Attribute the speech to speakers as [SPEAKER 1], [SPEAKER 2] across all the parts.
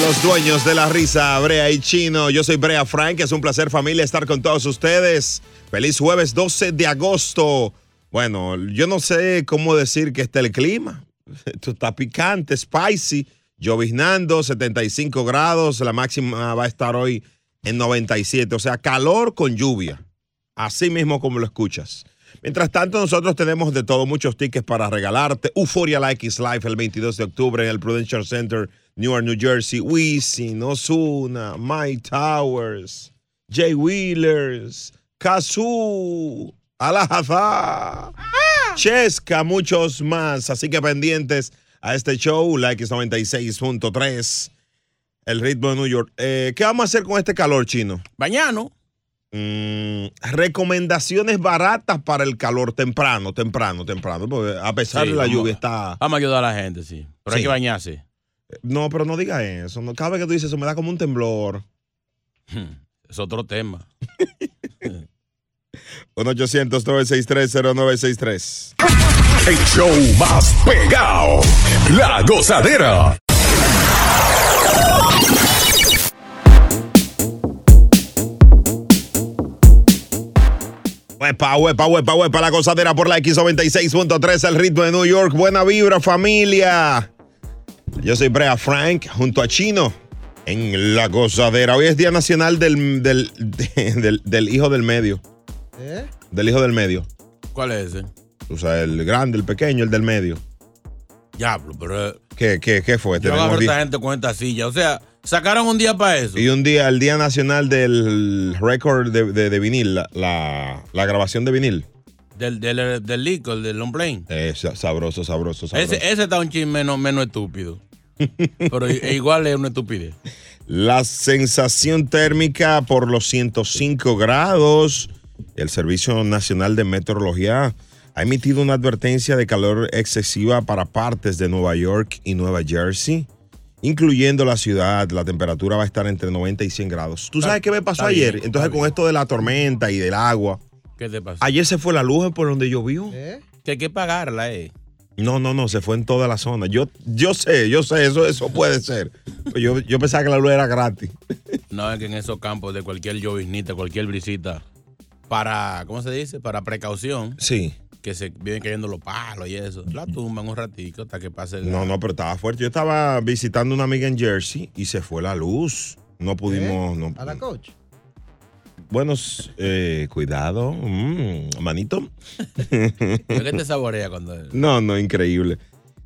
[SPEAKER 1] Los dueños de la risa, Brea y Chino. Yo soy Brea Frank. Es un placer, familia, estar con todos ustedes. Feliz jueves 12 de agosto. Bueno, yo no sé cómo decir que está el clima. Esto está picante, spicy, lloviznando, 75 grados. La máxima va a estar hoy en 97. O sea, calor con lluvia. Así mismo como lo escuchas. Mientras tanto, nosotros tenemos de todo, muchos tickets para regalarte. Euphoria Like is Life el 22 de octubre en el Prudential Center, Newark, New Jersey. Wisin, Ozuna, My Towers, Jay Wheelers, Kazoo, Alajazá, Chesca, muchos más. Así que pendientes a este show, Like is 96.3, el ritmo de New York. Eh, ¿Qué vamos a hacer con este calor chino?
[SPEAKER 2] Bañano.
[SPEAKER 1] Mm, recomendaciones baratas para el calor temprano, temprano, temprano. Porque a pesar
[SPEAKER 2] Sí,
[SPEAKER 1] de la
[SPEAKER 2] vamos
[SPEAKER 1] lluvia
[SPEAKER 2] a-
[SPEAKER 1] está.
[SPEAKER 2] Vamos a ayudar a la gente, sí. Pero hay
[SPEAKER 1] Ah. Sí.
[SPEAKER 2] que bañarse.
[SPEAKER 1] No, pero no diga eso. No, cada vez que tú dices eso me da como un temblor.
[SPEAKER 2] Es otro tema.
[SPEAKER 1] 1 800 963 0963
[SPEAKER 3] El show más pegado. La gozadera.
[SPEAKER 1] Huepa, huepa, huepa, huepa, la gozadera por la X96.3, el ritmo de New York. Buena vibra, familia. Yo soy Brea Frank, junto a Chino, en la gozadera. Hoy es Día Nacional del, del, del- del Hijo del Medio. Del Hijo del Medio.
[SPEAKER 2] ¿Cuál es ese?
[SPEAKER 1] O sea, el grande, el pequeño, el del medio.
[SPEAKER 2] Diablo, pero eh,
[SPEAKER 1] ¿Qué, qué, qué fue? este
[SPEAKER 2] yo agarro
[SPEAKER 1] Tenemos
[SPEAKER 2] a esta
[SPEAKER 1] di-
[SPEAKER 2] gente con esta silla. O sea, sacaron un día para eso.
[SPEAKER 1] y un día, el Día Nacional del Récord de, de- de vinil, la, la- la grabación de vinil.
[SPEAKER 2] Del, del, del lico, el del long plane.
[SPEAKER 1] Eh, sa- sabroso, sabroso, sabroso.
[SPEAKER 2] Ese, ese está un chisme menos, menos estúpido. Pero i- e igual es una estupidez.
[SPEAKER 1] La sensación térmica por los 105 grados. El Servicio Nacional de Meteorología ha emitido una advertencia de calor excesiva para partes de Nueva York y Nueva Jersey, incluyendo la ciudad. La temperatura va a estar entre 90 y 100 grados. ¿Tú
[SPEAKER 2] Está-
[SPEAKER 1] sabes qué me pasó
[SPEAKER 2] está bien,
[SPEAKER 1] ayer?
[SPEAKER 2] está
[SPEAKER 1] Entonces, con
[SPEAKER 2] bien.
[SPEAKER 1] esto de la tormenta y del agua.
[SPEAKER 2] ¿Qué te pasa?
[SPEAKER 1] Ayer se fue la luz por donde llovió.
[SPEAKER 2] Que hay que pagarla, eh.
[SPEAKER 1] No, no, no, se fue en toda la zona. Yo, yo sé, yo sé, eso, eso puede ser. Yo, yo pensaba que la luz era gratis.
[SPEAKER 2] No, es que en esos campos de cualquier lloviznita, cualquier brisita, para, ¿cómo se dice? Para precaución,
[SPEAKER 1] Sí. Mm.
[SPEAKER 2] que se vienen cayendo los palos y eso. La tumban un ratico hasta que pase la-
[SPEAKER 1] No, no, pero estaba fuerte. Yo estaba visitando una amiga en Jersey y se fue la luz. No pudimos. No,
[SPEAKER 4] A la coach.
[SPEAKER 1] buenos, eh, cuidado, mm, manito.
[SPEAKER 2] ¿Pero ¿Qué te saborea cuando.?
[SPEAKER 1] No, no, increíble.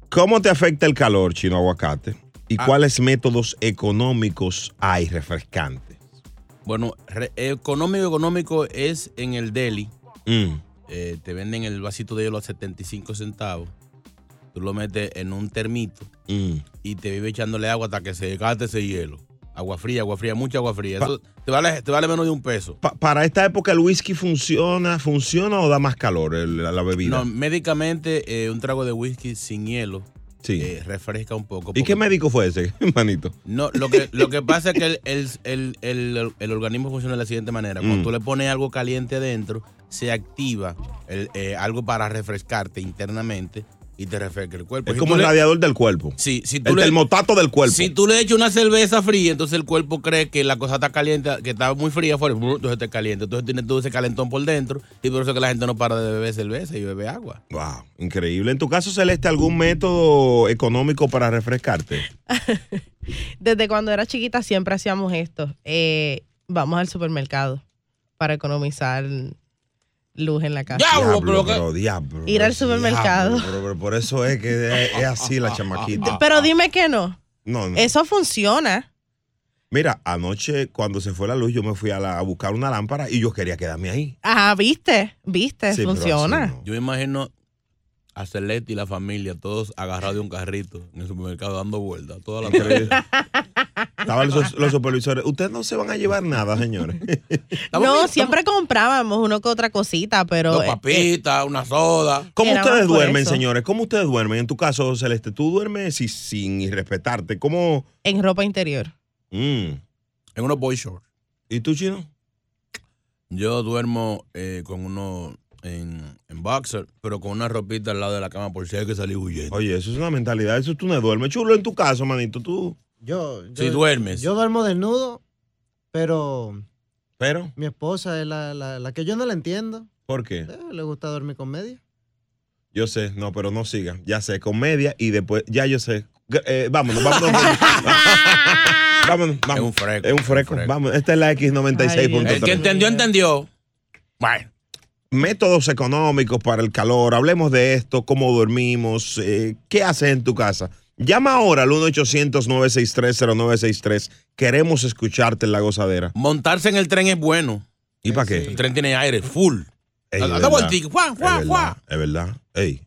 [SPEAKER 1] ¿Cómo te afecta el calor, chino aguacate? ¿Y
[SPEAKER 2] Ah.
[SPEAKER 1] cuáles métodos económicos hay refrescantes?
[SPEAKER 2] Bueno, re- económico, económico es en el deli.
[SPEAKER 1] Mm,
[SPEAKER 2] eh, te venden el vasito de hielo a 75 centavos. Tú lo metes en un termito
[SPEAKER 1] mm.
[SPEAKER 2] y te vive echándole agua hasta que se gaste ese hielo. Agua fría, agua fría, mucha agua fría. Eso te vale, te vale menos de un peso.
[SPEAKER 1] Pa- para esta época, ¿el whisky funciona funciona o da más calor el- la, la bebida?
[SPEAKER 2] No, médicamente eh, un trago de whisky sin hielo
[SPEAKER 1] sí.
[SPEAKER 2] eh, refresca un poco.
[SPEAKER 1] ¿Y qué
[SPEAKER 2] porque-
[SPEAKER 1] médico fue ese, manito?
[SPEAKER 2] No, lo que, lo que pasa es que el, el- el- el- el organismo funciona de la siguiente manera.
[SPEAKER 1] Mm.
[SPEAKER 2] Cuando tú le pones algo caliente dentro, se activa el, eh, algo para refrescarte internamente y te refresca el cuerpo.
[SPEAKER 1] Es
[SPEAKER 2] Si
[SPEAKER 1] como
[SPEAKER 2] tú
[SPEAKER 1] el
[SPEAKER 2] le-
[SPEAKER 1] radiador del cuerpo.
[SPEAKER 2] Sí, si tú
[SPEAKER 1] El
[SPEAKER 2] le,
[SPEAKER 1] termotato del cuerpo.
[SPEAKER 2] Si tú le echas una cerveza fría, entonces el cuerpo cree que la cosa está caliente, que está muy fría afuera, brr, entonces está caliente. Entonces tienes todo ese calentón por dentro y por eso es que la gente no para de beber cerveza y bebe agua.
[SPEAKER 1] Wow, increíble. ¿En tu caso, Celeste, algún método económico para refrescarte?
[SPEAKER 4] Desde cuando era chiquita siempre hacíamos esto. Eh, vamos al supermercado para economizar luz en la casa.
[SPEAKER 2] Diablo, pero que-
[SPEAKER 1] diablo.
[SPEAKER 4] Ir al
[SPEAKER 1] diablo,
[SPEAKER 4] supermercado.
[SPEAKER 1] pero- pero por eso es que es, es así la
[SPEAKER 2] Ah,
[SPEAKER 1] chamaquita.
[SPEAKER 4] Pero dime que no.
[SPEAKER 1] No, no.
[SPEAKER 4] Eso funciona.
[SPEAKER 1] Mira, anoche cuando se fue la luz, yo me fui a, la- a buscar una lámpara y yo quería quedarme ahí.
[SPEAKER 4] Ajá, viste, viste,
[SPEAKER 1] Sí, pero así
[SPEAKER 4] funciona.
[SPEAKER 1] no.
[SPEAKER 2] Yo me imagino a Celeste y la familia, todos agarrados de un carrito en el supermercado dando vueltas toda la tarde.
[SPEAKER 1] Estaban los, los supervisores. Ustedes no se van a llevar nada, señores.
[SPEAKER 4] No, siempre comprábamos uno que otra cosita, pero.
[SPEAKER 2] Dos papitas, una soda.
[SPEAKER 1] ¿Cómo
[SPEAKER 4] Eh, Era
[SPEAKER 1] ustedes
[SPEAKER 4] más por
[SPEAKER 1] duermen,
[SPEAKER 4] eso.
[SPEAKER 1] señores? ¿Cómo ustedes duermen? En tu caso, Celeste, tú duermes y- sin irrespetarte. ¿Cómo?
[SPEAKER 4] En ropa interior.
[SPEAKER 1] Mm.
[SPEAKER 2] En unos boy shorts.
[SPEAKER 1] ¿Y tú, Chino?
[SPEAKER 2] Yo duermo eh, con uno en, en boxer, pero con una ropita al lado de la cama por si hay que salir huyendo.
[SPEAKER 1] Oye, eso es una mentalidad. Eso tú no duermes. Chulo, en tu caso, manito, tú.
[SPEAKER 5] Yo, yo,
[SPEAKER 2] Si duermes.
[SPEAKER 5] yo duermo desnudo, pero
[SPEAKER 1] Pero,
[SPEAKER 5] mi esposa es la, la- la que yo no la entiendo.
[SPEAKER 1] ¿por qué?
[SPEAKER 5] Eh, le gusta dormir con media.
[SPEAKER 1] Yo sé, no, pero no siga. Ya sé, comedia y después, ya yo sé. G- eh, vámonos, vámonos. vámonos,
[SPEAKER 2] es
[SPEAKER 1] vámonos.
[SPEAKER 2] un fresco.
[SPEAKER 1] Es un fresco. Vamos, esta es la
[SPEAKER 4] Ay,
[SPEAKER 2] El que
[SPEAKER 1] X96.3.
[SPEAKER 2] entendió, entendió. Bueno.
[SPEAKER 1] Métodos económicos para el calor. Hablemos de esto, cómo dormimos, eh, qué haces en tu casa. Llama ahora al 1-800-963-0963. Queremos escucharte en la gozadera.
[SPEAKER 2] Montarse en el tren es bueno.
[SPEAKER 1] ¿Y para qué?
[SPEAKER 2] El tren tiene aire full.
[SPEAKER 1] Ey,
[SPEAKER 2] Da-
[SPEAKER 1] es
[SPEAKER 2] da
[SPEAKER 1] verdad,
[SPEAKER 2] vueltica, fuá,
[SPEAKER 1] es
[SPEAKER 2] fuá,
[SPEAKER 1] verdad,
[SPEAKER 2] fuá.
[SPEAKER 1] Es verdad. Ey.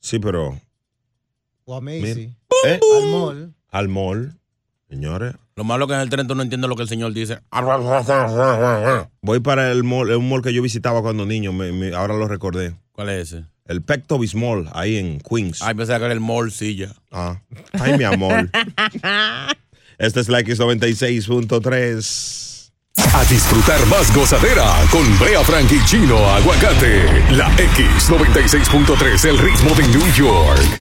[SPEAKER 1] Sí, pero
[SPEAKER 5] O a Macy.
[SPEAKER 1] ¿eh?
[SPEAKER 5] Al mall.
[SPEAKER 1] al mall, señores.
[SPEAKER 2] Lo malo que en el tren tú no entiendes lo que el señor dice.
[SPEAKER 1] Voy para el mall, es un mall que yo visitaba cuando niño, me- me- ahora lo recordé.
[SPEAKER 2] ¿Cuál es ese?
[SPEAKER 1] El Pecto Bismol, ahí en Queens.
[SPEAKER 2] Ay, pensé que era el mall silla.
[SPEAKER 1] Ah. Ay, mi amor. Este es la X96.3.
[SPEAKER 3] A disfrutar más gozadera con Brea Frank y Chino Aguacate. La X96.3, el ritmo de New York.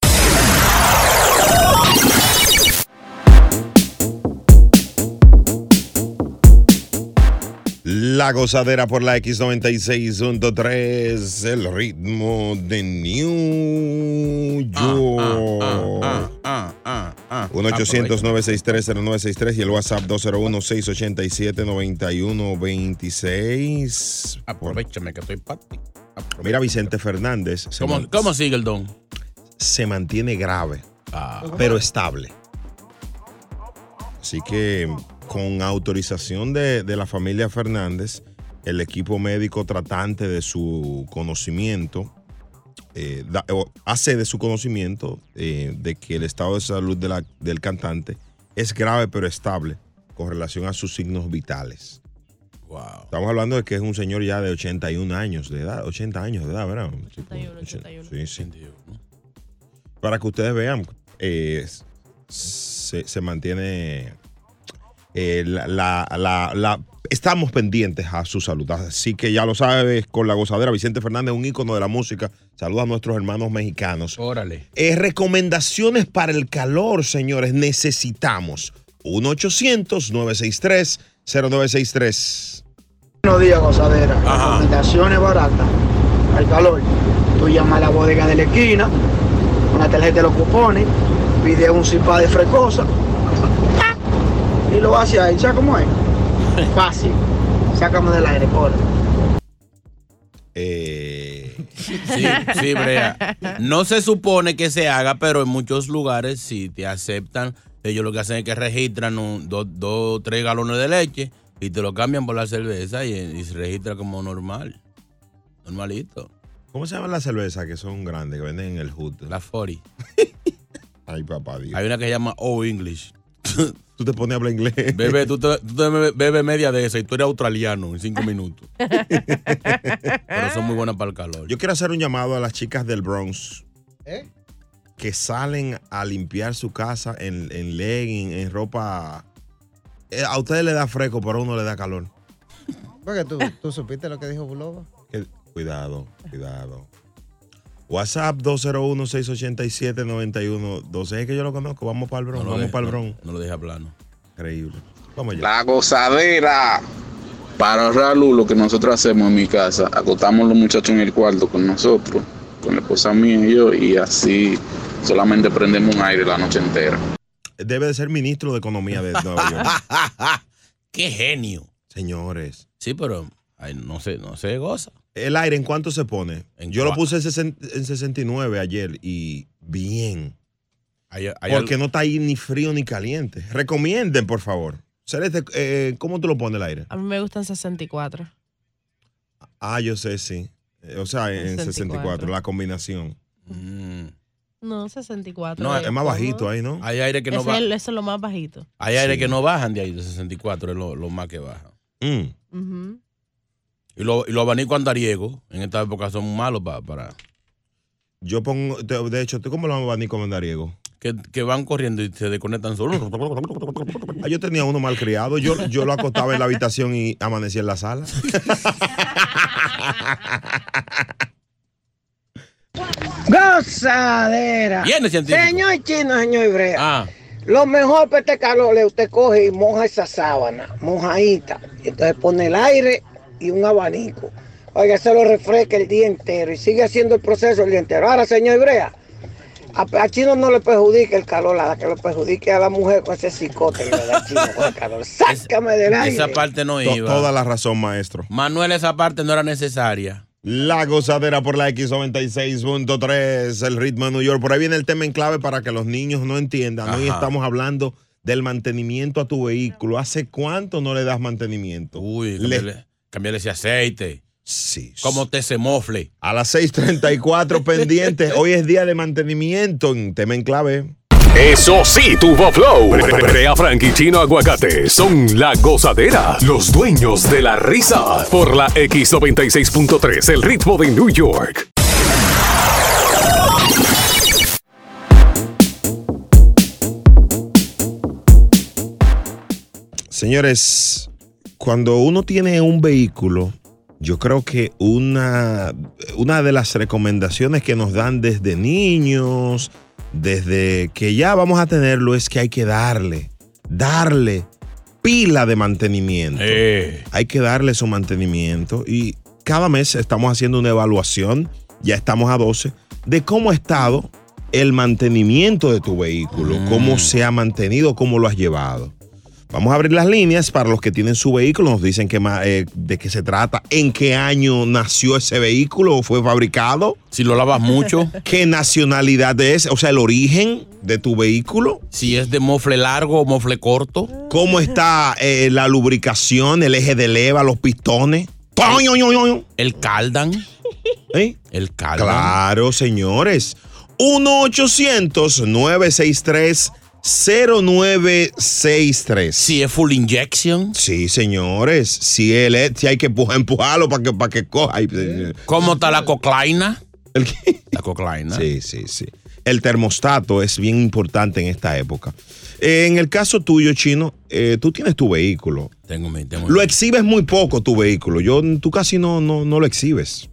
[SPEAKER 1] La gozadera por la X96.3. El ritmo de New York.
[SPEAKER 2] Ah, ah, ah.
[SPEAKER 1] 1-800-963-0963 y el WhatsApp 201-687-9126.
[SPEAKER 2] Aprovechame que estoy para ti. Aprovechame.
[SPEAKER 1] Mira, Vicente Fernández se,
[SPEAKER 2] ¿Cómo,
[SPEAKER 1] man-
[SPEAKER 2] cómo sigue el don?
[SPEAKER 1] se mantiene grave,
[SPEAKER 2] Ah.
[SPEAKER 1] pero estable. Así que con autorización de, de la familia Fernández, el equipo médico tratante de su conocimiento eh, da- o hace de su conocimiento eh, de que el estado de salud de la- del cantante es grave pero estable con relación a sus signos vitales.
[SPEAKER 2] Wow.
[SPEAKER 1] Estamos hablando de que es un señor ya de 81 años de edad, 80 años de edad, ¿verdad?
[SPEAKER 4] 81, 81.
[SPEAKER 1] Sí, sí. Para que ustedes vean, eh, se, se mantiene eh, la, la- la- la- Estamos pendientes a su salud. Así que ya lo sabes, con la gozadera, Vicente Fernández, un ícono de la música. Saluda a nuestros hermanos mexicanos.
[SPEAKER 2] Órale.
[SPEAKER 1] Eh, recomendaciones para el calor, señores. Necesitamos 1-800-963-0963.
[SPEAKER 6] Buenos días, gozadera.
[SPEAKER 2] Ajá.
[SPEAKER 6] Recomendaciones baratas al calor. Tú llamas a la bodega de la esquina, una tarjeta de los cupones, pide un cipa de frescosa y lo hace ahí. ¿Sabes cómo es? Fácil. Sácame del aire, por.
[SPEAKER 1] Eh,
[SPEAKER 2] Sí, sí, Brea. No se supone que se haga, pero en muchos lugares si te aceptan. Ellos lo que hacen es que registran un- dos, dos, tres galones de leche y te lo cambian por la cerveza y, y se registra como normal. Normalito.
[SPEAKER 1] ¿Cómo se llaman las cervezas que son grandes, que venden en el HUD?
[SPEAKER 2] La 40.
[SPEAKER 1] Ay, papá Dios.
[SPEAKER 2] Hay una que se llama O English.
[SPEAKER 1] Tú te pones a hablar inglés.
[SPEAKER 2] Bebe, tú te, tú te bebe- bebe media de esa y tú eres australiano en cinco minutos. Pero son muy buenas para el calor.
[SPEAKER 1] Yo quiero hacer un llamado a las chicas del Bronx
[SPEAKER 5] ¿Eh?
[SPEAKER 1] que salen a limpiar su casa en, en legging, en ropa. Eh, A ustedes le da fresco, pero a uno le da calor.
[SPEAKER 5] Porque tú, tú supiste lo que dijo Buloba.
[SPEAKER 1] Que- Cuidado, cuidado. WhatsApp 201-687-9112. Es que yo lo conozco. Vamos para el Bronx.
[SPEAKER 2] No lo
[SPEAKER 1] Vamos
[SPEAKER 2] dejes-
[SPEAKER 1] para el
[SPEAKER 2] no-
[SPEAKER 1] Bronx.
[SPEAKER 2] No, lo deja plano.
[SPEAKER 1] Increíble. Vamos allá.
[SPEAKER 7] La gozadera. Para ahorrar luz, lo que nosotros hacemos en mi casa, acotamos los muchachos en el cuarto con nosotros, con la esposa mía y yo, y así solamente prendemos un aire la noche entera.
[SPEAKER 1] Debe de ser ministro de Economía de Nueva York.
[SPEAKER 2] ¡Ah! ¡Qué genio!
[SPEAKER 1] Señores.
[SPEAKER 2] Sí, pero ay, no, se, no se goza.
[SPEAKER 1] El aire, ¿en cuánto se pone?
[SPEAKER 2] En
[SPEAKER 1] Yo lo
[SPEAKER 2] cuatro.
[SPEAKER 1] puse en, sesen- en 69 ayer y bien.
[SPEAKER 2] Hay- hay
[SPEAKER 1] Porque
[SPEAKER 2] algo-
[SPEAKER 1] no está ahí ni frío ni caliente. Recomienden, por favor. Celeste, eh, ¿cómo tú lo pones el aire?
[SPEAKER 4] A mí me gustan 64.
[SPEAKER 1] Ah, yo sé, sí. Eh, O sea, en 64,
[SPEAKER 4] 64.
[SPEAKER 1] la combinación.
[SPEAKER 2] Mm.
[SPEAKER 4] No, 64.
[SPEAKER 2] No,
[SPEAKER 1] Es más bajito ahí, ¿no?
[SPEAKER 2] Hay aire que no
[SPEAKER 4] Ese es
[SPEAKER 2] bajan.
[SPEAKER 4] el- eso es lo más bajito.
[SPEAKER 2] Hay aire que no bajan de ahí, de 64 es lo, lo más que baja.
[SPEAKER 1] Mm.
[SPEAKER 4] Ujú.
[SPEAKER 2] Y, lo- y los abanicos andariegos en esta época son malos pa- para.
[SPEAKER 1] Yo pongo, de de hecho, ¿tú cómo lo abanicos mandariego?
[SPEAKER 2] Que, que van corriendo y se desconectan solos.
[SPEAKER 1] Ah, yo tenía uno mal criado. Yo, yo lo acostaba en la habitación y amanecía en la sala.
[SPEAKER 6] Gozadera.
[SPEAKER 2] Viene científico.
[SPEAKER 6] Señor chino, señor hebrea.
[SPEAKER 2] Ah,
[SPEAKER 6] Lo mejor para este calor es usted coge y moja esa sábana, mojadita. Y entonces pone el aire y un abanico. Oiga, se lo refresca el día entero y sigue haciendo el proceso el día entero. Ahora, señor Ibrea, a, a Chino no le perjudique el calor, a la que lo perjudique a la mujer con ese cicote que le da Chino con el calor. Sácame del aire.
[SPEAKER 2] esa parte no
[SPEAKER 1] To-
[SPEAKER 2] iba.
[SPEAKER 1] toda la razón, maestro.
[SPEAKER 2] Manuel, esa parte no era necesaria.
[SPEAKER 1] La gozadera por la X96.3, el ritmo de New York. Por ahí viene el tema en clave para que los niños no entiendan. Hoy
[SPEAKER 2] Ajá.
[SPEAKER 1] estamos hablando del mantenimiento a tu vehículo. ¿Hace cuánto no le das mantenimiento?
[SPEAKER 2] Uy,
[SPEAKER 1] Le-
[SPEAKER 2] cambiarle, cambiarle ese aceite.
[SPEAKER 1] Sí.
[SPEAKER 2] Como te se mofle.
[SPEAKER 1] A las 6.34 pendientes. Hoy es día de mantenimiento en tema en clave.
[SPEAKER 3] Eso sí, tuvo flow. Brea Frank y Chino Aguacate son la gozadera, los dueños de la risa. Por la X96.3, el ritmo de New York.
[SPEAKER 1] Señores, cuando uno tiene un vehículo, yo creo que una, una de las recomendaciones que nos dan desde niños, desde que ya vamos a tenerlo, es que hay que darle, darle pila de mantenimiento.
[SPEAKER 2] Eh.
[SPEAKER 1] Hay que darle su mantenimiento y cada mes estamos haciendo una evaluación, ya estamos a 12, de cómo ha estado el mantenimiento de tu vehículo,
[SPEAKER 2] Mm.
[SPEAKER 1] cómo se ha mantenido, cómo lo has llevado. Vamos a abrir las líneas para los que tienen su vehículo, nos dicen que, ma- eh, de qué se trata, en qué año nació ese vehículo o fue fabricado,
[SPEAKER 2] Si lo lavas mucho,
[SPEAKER 1] qué nacionalidad es, o sea, el origen de tu vehículo,
[SPEAKER 2] si es de mofle largo o mofle corto.
[SPEAKER 1] Oh, cómo está eh, la lubricación, el eje de leva, los pistones. ¡Toño, ño, ño, ño!
[SPEAKER 2] El caldan.
[SPEAKER 1] ¿Eh?
[SPEAKER 2] El caldan.
[SPEAKER 1] Claro, señores. 1-800-963-0963.
[SPEAKER 2] Si es full injection.
[SPEAKER 1] Sí, señores. Si él es- si hay que empujar, empujarlo para que, para que coja. y-
[SPEAKER 2] ¿Cómo está la coclaina?
[SPEAKER 1] ¿El qué?
[SPEAKER 2] La coclaina.
[SPEAKER 1] Sí, sí, sí. El termostato es bien importante en esta época. Eh, en el caso tuyo, Chino, eh, tú tienes tu vehículo.
[SPEAKER 2] Tengo mi. Tengo mi-
[SPEAKER 1] Lo exhibes muy poco tu vehículo. Yo, mm, tú casi no, no, no lo exhibes.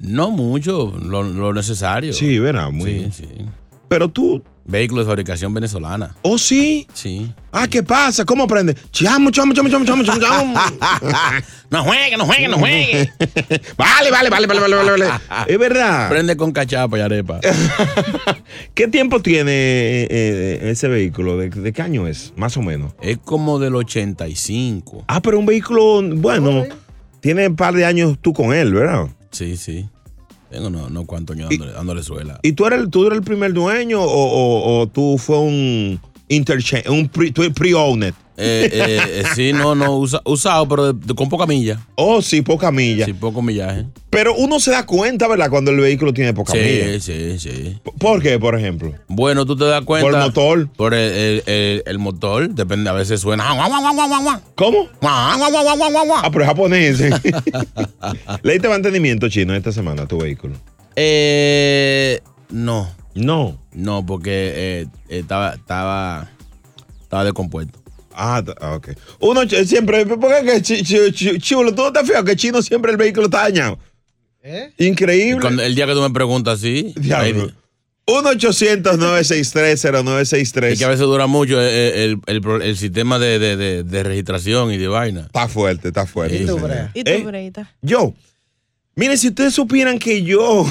[SPEAKER 2] no mucho, lo, lo necesario.
[SPEAKER 1] Sí, verá, muy
[SPEAKER 2] Sí,
[SPEAKER 1] bien.
[SPEAKER 2] sí.
[SPEAKER 1] Pero tú,
[SPEAKER 2] Vehículo de fabricación venezolana.
[SPEAKER 1] oh sí,
[SPEAKER 2] Sí.
[SPEAKER 1] Ah, ¿qué pasa? ¿Cómo prende? Chamo, chamo, chamo, chamo, chamo, chamo, chamo.
[SPEAKER 2] No juegue, no juegue, no juegue.
[SPEAKER 1] Vale, vale, vale, vale, vale, vale, vale. Es verdad.
[SPEAKER 2] Prende con cachapa y arepa.
[SPEAKER 1] ¿Qué tiempo tiene eh, eh, ese vehículo? ¿De, de qué año es? Más o menos.
[SPEAKER 2] Es como del 85.
[SPEAKER 1] Ah, pero un vehículo, bueno, tiene un par de años tú con él, ¿verdad?
[SPEAKER 2] Sí, sí. Tengo no, no cuánto años dándole, dándole suela.
[SPEAKER 1] ¿Y tú eres, el- tú eres el primer dueño o, o- o tú fue un interchange, un pre- tú eres pre-owned?
[SPEAKER 2] Eh, eh, eh, sí, no, no, usa- usado, pero de- de- con poca milla.
[SPEAKER 1] Oh, sí, poca milla.
[SPEAKER 2] Sí, poco millaje.
[SPEAKER 1] Pero uno se da cuenta, ¿verdad? Cuando el vehículo tiene poca milla.
[SPEAKER 2] Sí, sí, sí.
[SPEAKER 1] ¿Por qué, por ejemplo?
[SPEAKER 2] Bueno, tú te das cuenta.
[SPEAKER 1] Por el motor.
[SPEAKER 2] Por el, el- el- el motor, depende, a veces suena.
[SPEAKER 1] ¿Cómo? Ah, pero es japonés. ¿eh? ¿Le diste mantenimiento chino esta semana a tu vehículo?
[SPEAKER 2] Eh, no,
[SPEAKER 1] No.
[SPEAKER 2] no, porque eh, estaba, estaba, estaba descompuesto.
[SPEAKER 1] Ah, t- ah, ok. Uno ch- siempre, ¿por qué que chi- chi- chi- chulo? ¿Tú no te fijas que chino siempre el vehículo está dañado?
[SPEAKER 5] ¿Eh?
[SPEAKER 2] Y
[SPEAKER 1] Increíble.
[SPEAKER 2] cuando- el día que tú me preguntas, sí.
[SPEAKER 1] Diablo.
[SPEAKER 2] ahí-
[SPEAKER 1] 1-800-963-0963.
[SPEAKER 2] Es que a veces dura mucho eh, el, el pro- el sistema de, de- de- de registración y de vaina.
[SPEAKER 1] Está fuerte, está fuerte.
[SPEAKER 2] Sí,
[SPEAKER 5] tú,
[SPEAKER 1] señor.
[SPEAKER 5] Brea?
[SPEAKER 4] ¿Y tú,
[SPEAKER 1] ¿Eh?
[SPEAKER 4] Breita?
[SPEAKER 1] Yo. Miren, si ustedes supieran que yo.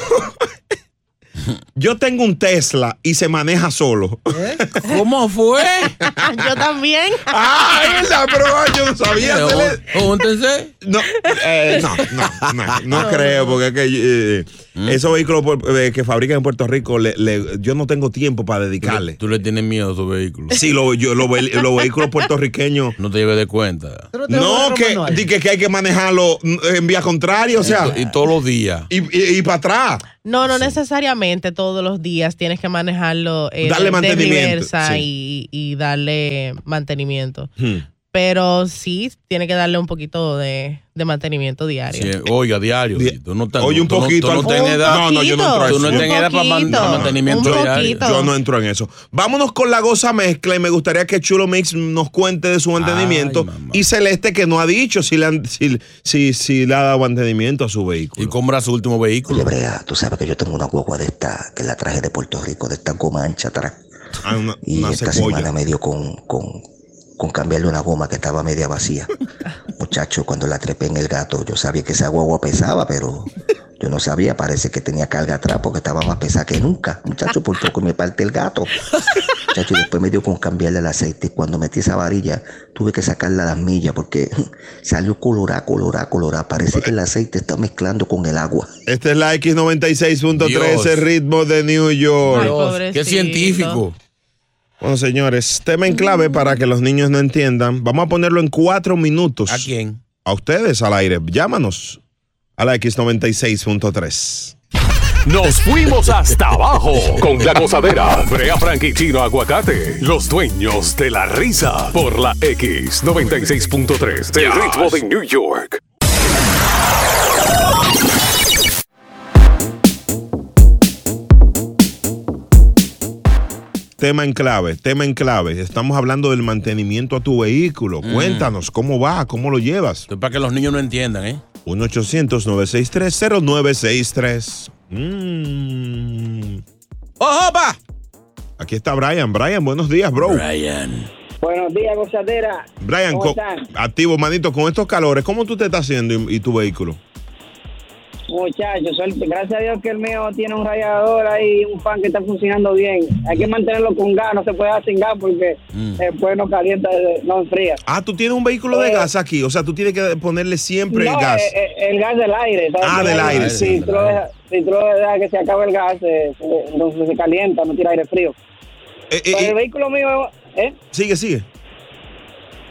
[SPEAKER 1] yo tengo un Tesla y se maneja solo.
[SPEAKER 5] ¿Eh?
[SPEAKER 2] ¿Cómo fue?
[SPEAKER 4] Yo también.
[SPEAKER 1] ¡Ah, es verdad! Pero ah, yo no sabía
[SPEAKER 2] Pero,
[SPEAKER 1] hacerle-
[SPEAKER 2] júntense.
[SPEAKER 1] No, eh, no, no, no, no creo, porque es que eh, esos vehículos por- eh, que fabrican en Puerto Rico, le- le- yo no tengo tiempo para dedicarle.
[SPEAKER 2] Tú le tienes miedo a esos vehículos.
[SPEAKER 1] Sí, lo- yo- lo ve- los vehículos puertorriqueños.
[SPEAKER 2] No te lleves de cuenta.
[SPEAKER 5] Tú tienes
[SPEAKER 1] No,
[SPEAKER 5] un
[SPEAKER 1] que,
[SPEAKER 5] manual.
[SPEAKER 1] di que, que hay que manejarlo mm, en vía contraria, o sea,
[SPEAKER 2] Y todos los días.
[SPEAKER 1] y, y- y para atrás.
[SPEAKER 4] No, no necesariamente todos los días tienes que manejarlo eh, de-
[SPEAKER 1] Darle
[SPEAKER 4] de
[SPEAKER 1] mantenimiento,
[SPEAKER 4] reversa y, y darle mantenimiento. Pero sí tiene que darle un poquito de, de mantenimiento diario.
[SPEAKER 2] Sí, oiga, diario.
[SPEAKER 1] Di-
[SPEAKER 2] Tú no, tan-
[SPEAKER 1] Oye, un
[SPEAKER 2] tú no-
[SPEAKER 1] poquito,
[SPEAKER 2] Tú no,
[SPEAKER 1] Alfonso.
[SPEAKER 2] tienes edad.
[SPEAKER 1] No, no, yo no entro en
[SPEAKER 2] Tú no
[SPEAKER 1] eso.
[SPEAKER 2] tienes edad para man-
[SPEAKER 4] poquito,
[SPEAKER 2] para mantenimiento
[SPEAKER 4] un
[SPEAKER 2] diario.
[SPEAKER 4] poquito.
[SPEAKER 1] Yo no entro en eso. Vámonos con la goza mezcla y me gustaría que Chulo Mix nos cuente de su mantenimiento.
[SPEAKER 2] mamá.
[SPEAKER 1] y Celeste que no ha dicho si le, han- si, si, si le ha dado mantenimiento a su vehículo.
[SPEAKER 2] Y compra su último
[SPEAKER 8] Oye,
[SPEAKER 2] vehículo.
[SPEAKER 8] Brea, Ah, tú sabes que yo tengo una guagua de esta, que la traje de Puerto Rico, de esta goma ancha atrás.
[SPEAKER 1] Ah, una,
[SPEAKER 8] Y
[SPEAKER 1] una
[SPEAKER 8] esta semana
[SPEAKER 1] cebolla.
[SPEAKER 8] me dio con, con, con cambiarle una goma que estaba media vacía. Muchacho, cuando la trepé en el gato, yo sabía que esa guagua pesaba, pero yo no sabía, parece que tenía carga atrás porque estaba más pesada que nunca. Muchacho, por poco me parte el gato. Muchacho, y después me dio con cambiarle el aceite. Cuando metí esa varilla, tuve que sacarla a las millas porque salió colorá, colorá, colorá. Parece que el aceite está mezclando con el agua.
[SPEAKER 1] Esta Este es la X96.3,
[SPEAKER 2] Dios.
[SPEAKER 1] el ritmo de New York.
[SPEAKER 4] Ay,
[SPEAKER 2] Dios, qué
[SPEAKER 4] pobrecito.
[SPEAKER 2] científico.
[SPEAKER 1] Bueno, señores, tema en clave para que los niños no entiendan. Vamos a ponerlo en cuatro minutos.
[SPEAKER 2] ¿A quién?
[SPEAKER 1] A ustedes al aire. Llámanos a la X96.3.
[SPEAKER 3] Nos fuimos hasta abajo con la gozadera. Brea Frank y Chino Aguacate, los dueños de la risa por la X96.3, el ritmo de New York.
[SPEAKER 1] Tema en clave, tema en clave. Estamos hablando del mantenimiento a tu vehículo.
[SPEAKER 2] Mm.
[SPEAKER 1] Cuéntanos cómo va, cómo lo llevas.
[SPEAKER 2] Esto es para que los niños no entiendan, ¿eh?
[SPEAKER 1] 1-800-963-0963. Mm.
[SPEAKER 2] ¡Ojo, pa!
[SPEAKER 1] Aquí está Brian. Brian, buenos días, bro.
[SPEAKER 2] Brian.
[SPEAKER 9] Buenos días, gozadera.
[SPEAKER 1] Brian,
[SPEAKER 9] ¿Cómo
[SPEAKER 1] co-
[SPEAKER 9] están?
[SPEAKER 1] activo, manito, con estos calores, ¿cómo tú te estás haciendo y, y tu vehículo?
[SPEAKER 9] Muchachos, suerte. gracias a Dios que el mío tiene un radiador ahí, un fan que está funcionando bien. Hay que mantenerlo con gas, no se puede dar sin gas porque después no calienta, eh, no enfría.
[SPEAKER 1] Ah, tú tienes un vehículo de
[SPEAKER 9] Eh,
[SPEAKER 1] gas aquí. O sea, tú tienes que ponerle siempre
[SPEAKER 9] No,
[SPEAKER 1] el gas.
[SPEAKER 9] eh, eh, el gas del aire. ¿sabes?
[SPEAKER 1] Ah,
[SPEAKER 9] Que
[SPEAKER 1] del
[SPEAKER 9] el-
[SPEAKER 1] aire,
[SPEAKER 9] Si,
[SPEAKER 2] sí.
[SPEAKER 9] tú lo dejas, si tú lo dejas que se acabe el gas, eh, eh, entonces se calienta, no tira aire frío.
[SPEAKER 1] Eh, eh,
[SPEAKER 9] Pero
[SPEAKER 1] eh,
[SPEAKER 9] el vehículo mío, ¿eh?
[SPEAKER 1] sigue, sigue.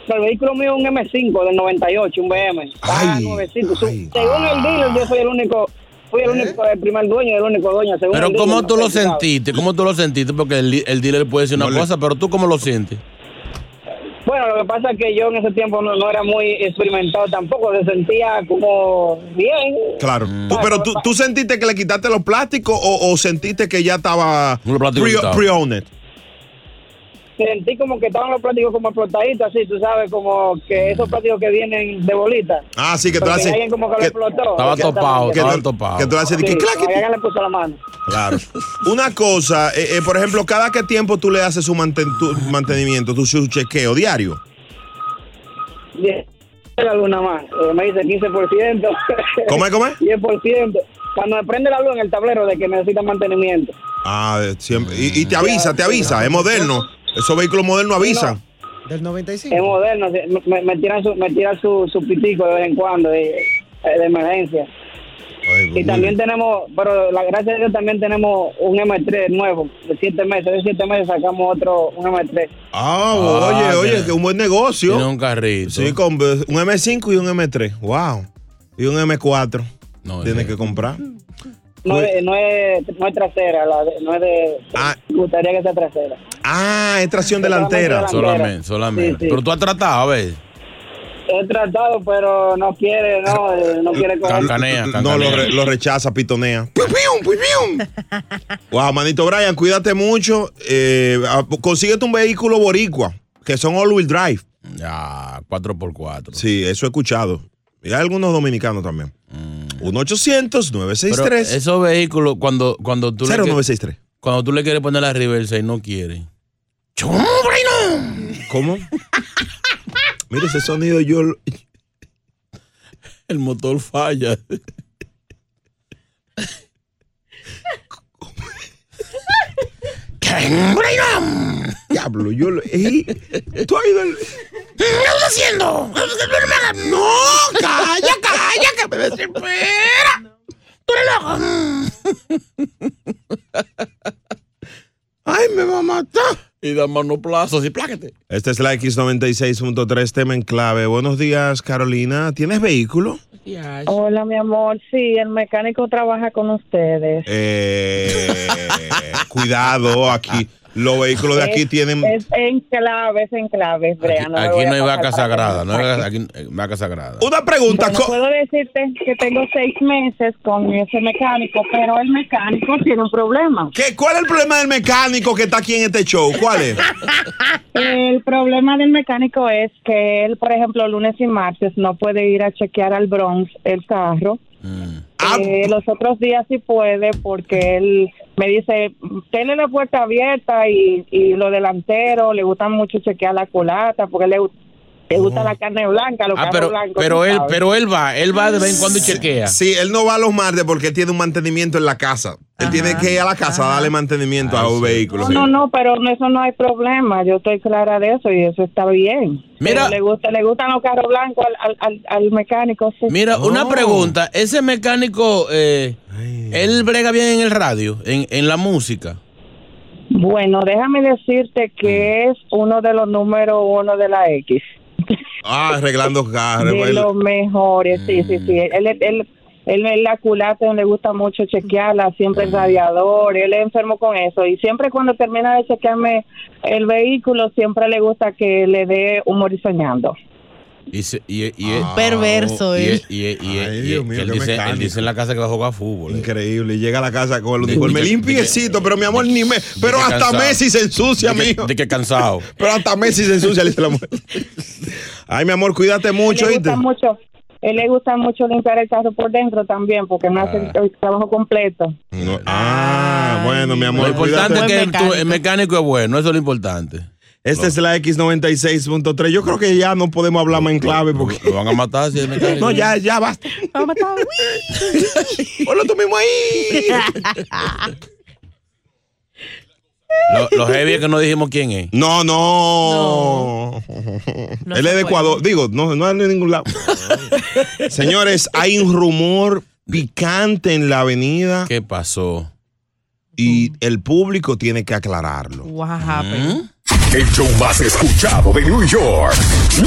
[SPEAKER 9] Pero el vehículo mío es un M5 del 98, un BM. ah,
[SPEAKER 1] Ay,
[SPEAKER 9] nuevecito. Su-
[SPEAKER 1] ay. ¿Eh?
[SPEAKER 9] según el dealer, yo soy el único, fui el único, el primer dueño, el único dueño. Según
[SPEAKER 2] Pero
[SPEAKER 9] el
[SPEAKER 2] ¿cómo
[SPEAKER 9] dealer,
[SPEAKER 2] tú
[SPEAKER 9] no
[SPEAKER 2] lo
[SPEAKER 9] sé si sabes.
[SPEAKER 2] sentiste? ¿Cómo tú lo sentiste? Porque el, li- el dealer puede decir una
[SPEAKER 1] No le-
[SPEAKER 2] cosa, pero tú ¿cómo lo sientes?
[SPEAKER 9] Bueno, lo que pasa es que yo en ese tiempo no, no era muy experimentado tampoco, se sentía como bien.
[SPEAKER 1] Claro.
[SPEAKER 2] Mm.
[SPEAKER 1] Tú- pero tú, tú sentiste que le quitaste los plásticos o, o sentiste que ya estaba
[SPEAKER 2] Los plásticos
[SPEAKER 1] pre-
[SPEAKER 2] quitados.
[SPEAKER 1] pre-owned.
[SPEAKER 9] Sentí como que estaban los plásticos como explotaditos, así, tú sabes, como que esos plásticos que vienen de bolita.
[SPEAKER 1] Mm. ah, sí, que tú
[SPEAKER 9] Porque
[SPEAKER 1] le haces.
[SPEAKER 9] alguien como que lo
[SPEAKER 1] que-
[SPEAKER 9] explotó.
[SPEAKER 2] Estaba topado,
[SPEAKER 1] que
[SPEAKER 9] Sí,
[SPEAKER 2] estaba
[SPEAKER 1] tú-
[SPEAKER 2] topado.
[SPEAKER 1] que tú le haces de que clac,
[SPEAKER 9] como que alguien le puso la mano.
[SPEAKER 1] Claro. Una cosa, eh, eh, por ejemplo, cada qué tiempo tú le haces su manten- tu mantenimiento, tu su chequeo diario.
[SPEAKER 9] Diez- la luna más, eh, me dice 15%.
[SPEAKER 1] ¿Cómo es, cómo es?
[SPEAKER 9] 10%. Cuando me prende la luz en el tablero de que necesita mantenimiento.
[SPEAKER 1] Ah, eh, siempre. Y, y te avisa, te avisa, es moderno. Esos vehículos modernos avisan.
[SPEAKER 5] Del
[SPEAKER 9] Es
[SPEAKER 5] 95.
[SPEAKER 9] moderno, sí, me, me tiran su, me tiran su, su pitico de vez en cuando, de, eh, de emergencia.
[SPEAKER 1] Ay,
[SPEAKER 9] Y también tenemos, pero la gracia de Dios también tenemos un M3 nuevo, de siete meses. De siete meses sacamos otro, un M3.
[SPEAKER 1] Ah,
[SPEAKER 2] Ah,
[SPEAKER 1] oye, oye,
[SPEAKER 2] tiene-
[SPEAKER 1] que un buen
[SPEAKER 2] Tiene
[SPEAKER 1] negocio.
[SPEAKER 2] un carrito.
[SPEAKER 1] Sí, con un M5 y un M3. Wow. Y un M4.
[SPEAKER 2] No,
[SPEAKER 1] Tienes
[SPEAKER 2] ese-
[SPEAKER 1] que comprar.
[SPEAKER 9] No,
[SPEAKER 1] Pues-
[SPEAKER 9] es, no, es, no es trasera, la de- no es de...
[SPEAKER 1] Ah.
[SPEAKER 9] Me gustaría que sea trasera.
[SPEAKER 1] Ah, es tracción delantera.
[SPEAKER 9] Solamente
[SPEAKER 2] Solamente, solamente.
[SPEAKER 9] Sí, sí.
[SPEAKER 2] Pero tú has tratado, a ver.
[SPEAKER 9] He tratado, pero no quiere, no, eh, no quiere coger.
[SPEAKER 2] Cancanea, cancanea.
[SPEAKER 1] No, lo, re- lo rechaza, pitonea. ¡Piu, piu, piu, piu! wow, manito Brian, cuídate mucho. Eh, a- consíguete un vehículo boricua, que son all-wheel drive.
[SPEAKER 2] Ya, 4x4.
[SPEAKER 1] Sí, eso he escuchado. Y hay algunos dominicanos también. 1-800-963.
[SPEAKER 2] Mm. Pero esos vehículos, cuando, cuando, tú le, que-
[SPEAKER 1] 0963.
[SPEAKER 2] cuando tú le quieres poner la reversa y no quiere. ¡Chumbre, no!
[SPEAKER 1] ¿Cómo? Mira ese sonido, yo. lo-
[SPEAKER 2] El motor falla. ¡Chumbre, no!
[SPEAKER 1] Ya, diablo, yo lo- ey, tú has ido al- ¿Qué estás haciendo? No, calla, calla, que me
[SPEAKER 10] Pues,
[SPEAKER 1] desespera. Tú eres loco. Ay, me va a matar.
[SPEAKER 2] Y da manoplazos y pláquete.
[SPEAKER 1] Esta Este es la X96.3, tema en clave. Buenos días, Carolina. ¿Tienes vehículo?
[SPEAKER 11] Hola, mi amor. Sí, el mecánico trabaja con ustedes.
[SPEAKER 1] Eh, cuidado, aquí. Los vehículos de aquí
[SPEAKER 11] Es-
[SPEAKER 1] tienen.
[SPEAKER 11] Es en clave, es en clave, Brea. no me voy
[SPEAKER 2] Aquí
[SPEAKER 11] a
[SPEAKER 2] no hay
[SPEAKER 11] pasar
[SPEAKER 2] vaca
[SPEAKER 11] para
[SPEAKER 2] sagrada, no hay
[SPEAKER 11] allá.
[SPEAKER 2] vaca- aquí eh, vaca sagrada.
[SPEAKER 1] Una pregunta.
[SPEAKER 11] Bueno,
[SPEAKER 1] co-
[SPEAKER 11] puedo decirte que tengo seis meses con ese mecánico, pero el mecánico tiene un problema.
[SPEAKER 1] ¿Qué, ¿Cuál es el problema del mecánico que está aquí en este show? ¿Cuál es?
[SPEAKER 11] El problema del mecánico es que él, por ejemplo, lunes y martes no puede ir a chequear al Bronx el carro.
[SPEAKER 2] Ah, pues,
[SPEAKER 11] Eh, los otros días sí puede porque él me dice, tiene la puerta abierta y, y lo delantero, le gusta mucho chequear la culata porque le, le gusta la carne blanca, los
[SPEAKER 2] Oh. Ah,
[SPEAKER 11] carros
[SPEAKER 2] pero,
[SPEAKER 11] blancos,
[SPEAKER 2] pero
[SPEAKER 11] tú
[SPEAKER 2] él,
[SPEAKER 11] sabes.
[SPEAKER 2] pero él va, él va de vez en cuando y chequea.
[SPEAKER 1] Sí, él no va los martes porque él tiene un mantenimiento en la casa. Él tiene que ir a la casa a darle mantenimiento
[SPEAKER 2] Ah,
[SPEAKER 1] a un vehículo.
[SPEAKER 11] No, no, no, pero en eso no hay problema. Yo estoy clara de eso y eso está bien.
[SPEAKER 2] Mira.
[SPEAKER 11] Pero le gusta, le gustan los carros blancos al, al- al- al mecánico. sí.
[SPEAKER 2] Mira, una pregunta. Ese mecánico, eh, él brega bien en el radio, en, en la música.
[SPEAKER 11] Bueno, déjame decirte
[SPEAKER 2] Mm.
[SPEAKER 11] que es uno de los número uno de la X.
[SPEAKER 1] Ah, arreglando carros. pues,
[SPEAKER 11] De
[SPEAKER 1] bueno.
[SPEAKER 11] los mejores, sí, sí, sí.
[SPEAKER 1] Mm.
[SPEAKER 11] Él, él, él, él es la culata, le gusta mucho chequearla, siempre
[SPEAKER 1] Mm.
[SPEAKER 11] es radiador, él es enfermo con eso. Y siempre cuando termina de chequearme el vehículo, siempre le gusta que le dé humor y soñando.
[SPEAKER 2] Y se- y- y- y-
[SPEAKER 4] Ah, Perverso
[SPEAKER 2] y-
[SPEAKER 4] él.
[SPEAKER 2] y- y- y-
[SPEAKER 1] Ay,
[SPEAKER 2] y-
[SPEAKER 1] Dios mío,
[SPEAKER 2] que él
[SPEAKER 1] qué
[SPEAKER 2] dice, él
[SPEAKER 1] mecánico.
[SPEAKER 2] dice en la casa que va a jugar fútbol. eh.
[SPEAKER 1] Increíble. Y llega a la casa con el uniforme
[SPEAKER 2] de que- de
[SPEAKER 1] limpiecito,
[SPEAKER 2] que-
[SPEAKER 1] pero mi amor, ni me. Pero
[SPEAKER 2] que
[SPEAKER 1] hasta
[SPEAKER 2] cansado.
[SPEAKER 1] Messi se ensucia,
[SPEAKER 2] De
[SPEAKER 1] mijo.
[SPEAKER 2] que, de que cansado.
[SPEAKER 1] Pero hasta Messi se ensucia, le dice la mujer. Ay, mi amor, cuídate mucho,
[SPEAKER 11] le
[SPEAKER 1] ¿oíste?
[SPEAKER 11] gusta mucho. Él le gusta mucho limpiar el carro por dentro también, porque no hace el,
[SPEAKER 1] Ah.
[SPEAKER 11] el trabajo completo.
[SPEAKER 1] No, Ah,
[SPEAKER 4] Ay.
[SPEAKER 1] bueno, mi
[SPEAKER 2] Lo
[SPEAKER 1] amor,
[SPEAKER 2] importante es
[SPEAKER 1] cuídate.
[SPEAKER 2] que
[SPEAKER 4] Buen
[SPEAKER 2] el, tu- el mecánico es bueno, eso es lo importante.
[SPEAKER 1] Esta es la X96.3. Yo creo que ya no podemos hablar más en clave porque.
[SPEAKER 2] Lo van a matar si es mecánico.
[SPEAKER 1] No, ya, ya basta.
[SPEAKER 4] Vamos a matar.
[SPEAKER 1] Ponlo tú mismo ahí.
[SPEAKER 2] Lo, lo heavy es que no dijimos quién es.
[SPEAKER 1] No, no.
[SPEAKER 4] No
[SPEAKER 1] Él
[SPEAKER 4] se
[SPEAKER 1] es
[SPEAKER 4] puede.
[SPEAKER 1] de Ecuador. Digo, no, no es de ningún lado. Señores, hay un rumor picante en la avenida
[SPEAKER 2] ¿Qué pasó?
[SPEAKER 1] y el público tiene que aclararlo.
[SPEAKER 4] What happened?
[SPEAKER 3] El show más escuchado de New York.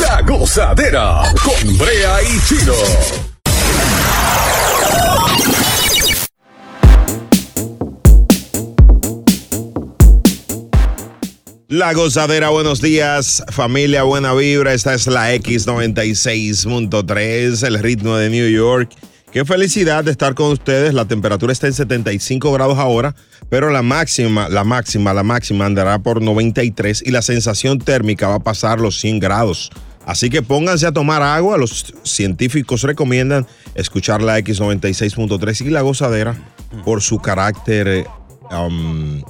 [SPEAKER 3] La gozadera con Brea y Chino.
[SPEAKER 1] La gozadera, buenos días, familia, buena vibra. Esta es la X96.3, el ritmo de New York. Qué felicidad de estar con ustedes. La temperatura está en 75 grados ahora, pero la máxima, la máxima, la máxima andará por 93 y la sensación térmica va a pasar los 100 grados. Así que pónganse a tomar agua. Los científicos recomiendan escuchar la X96.3 y la gozadera por su carácter eh, um,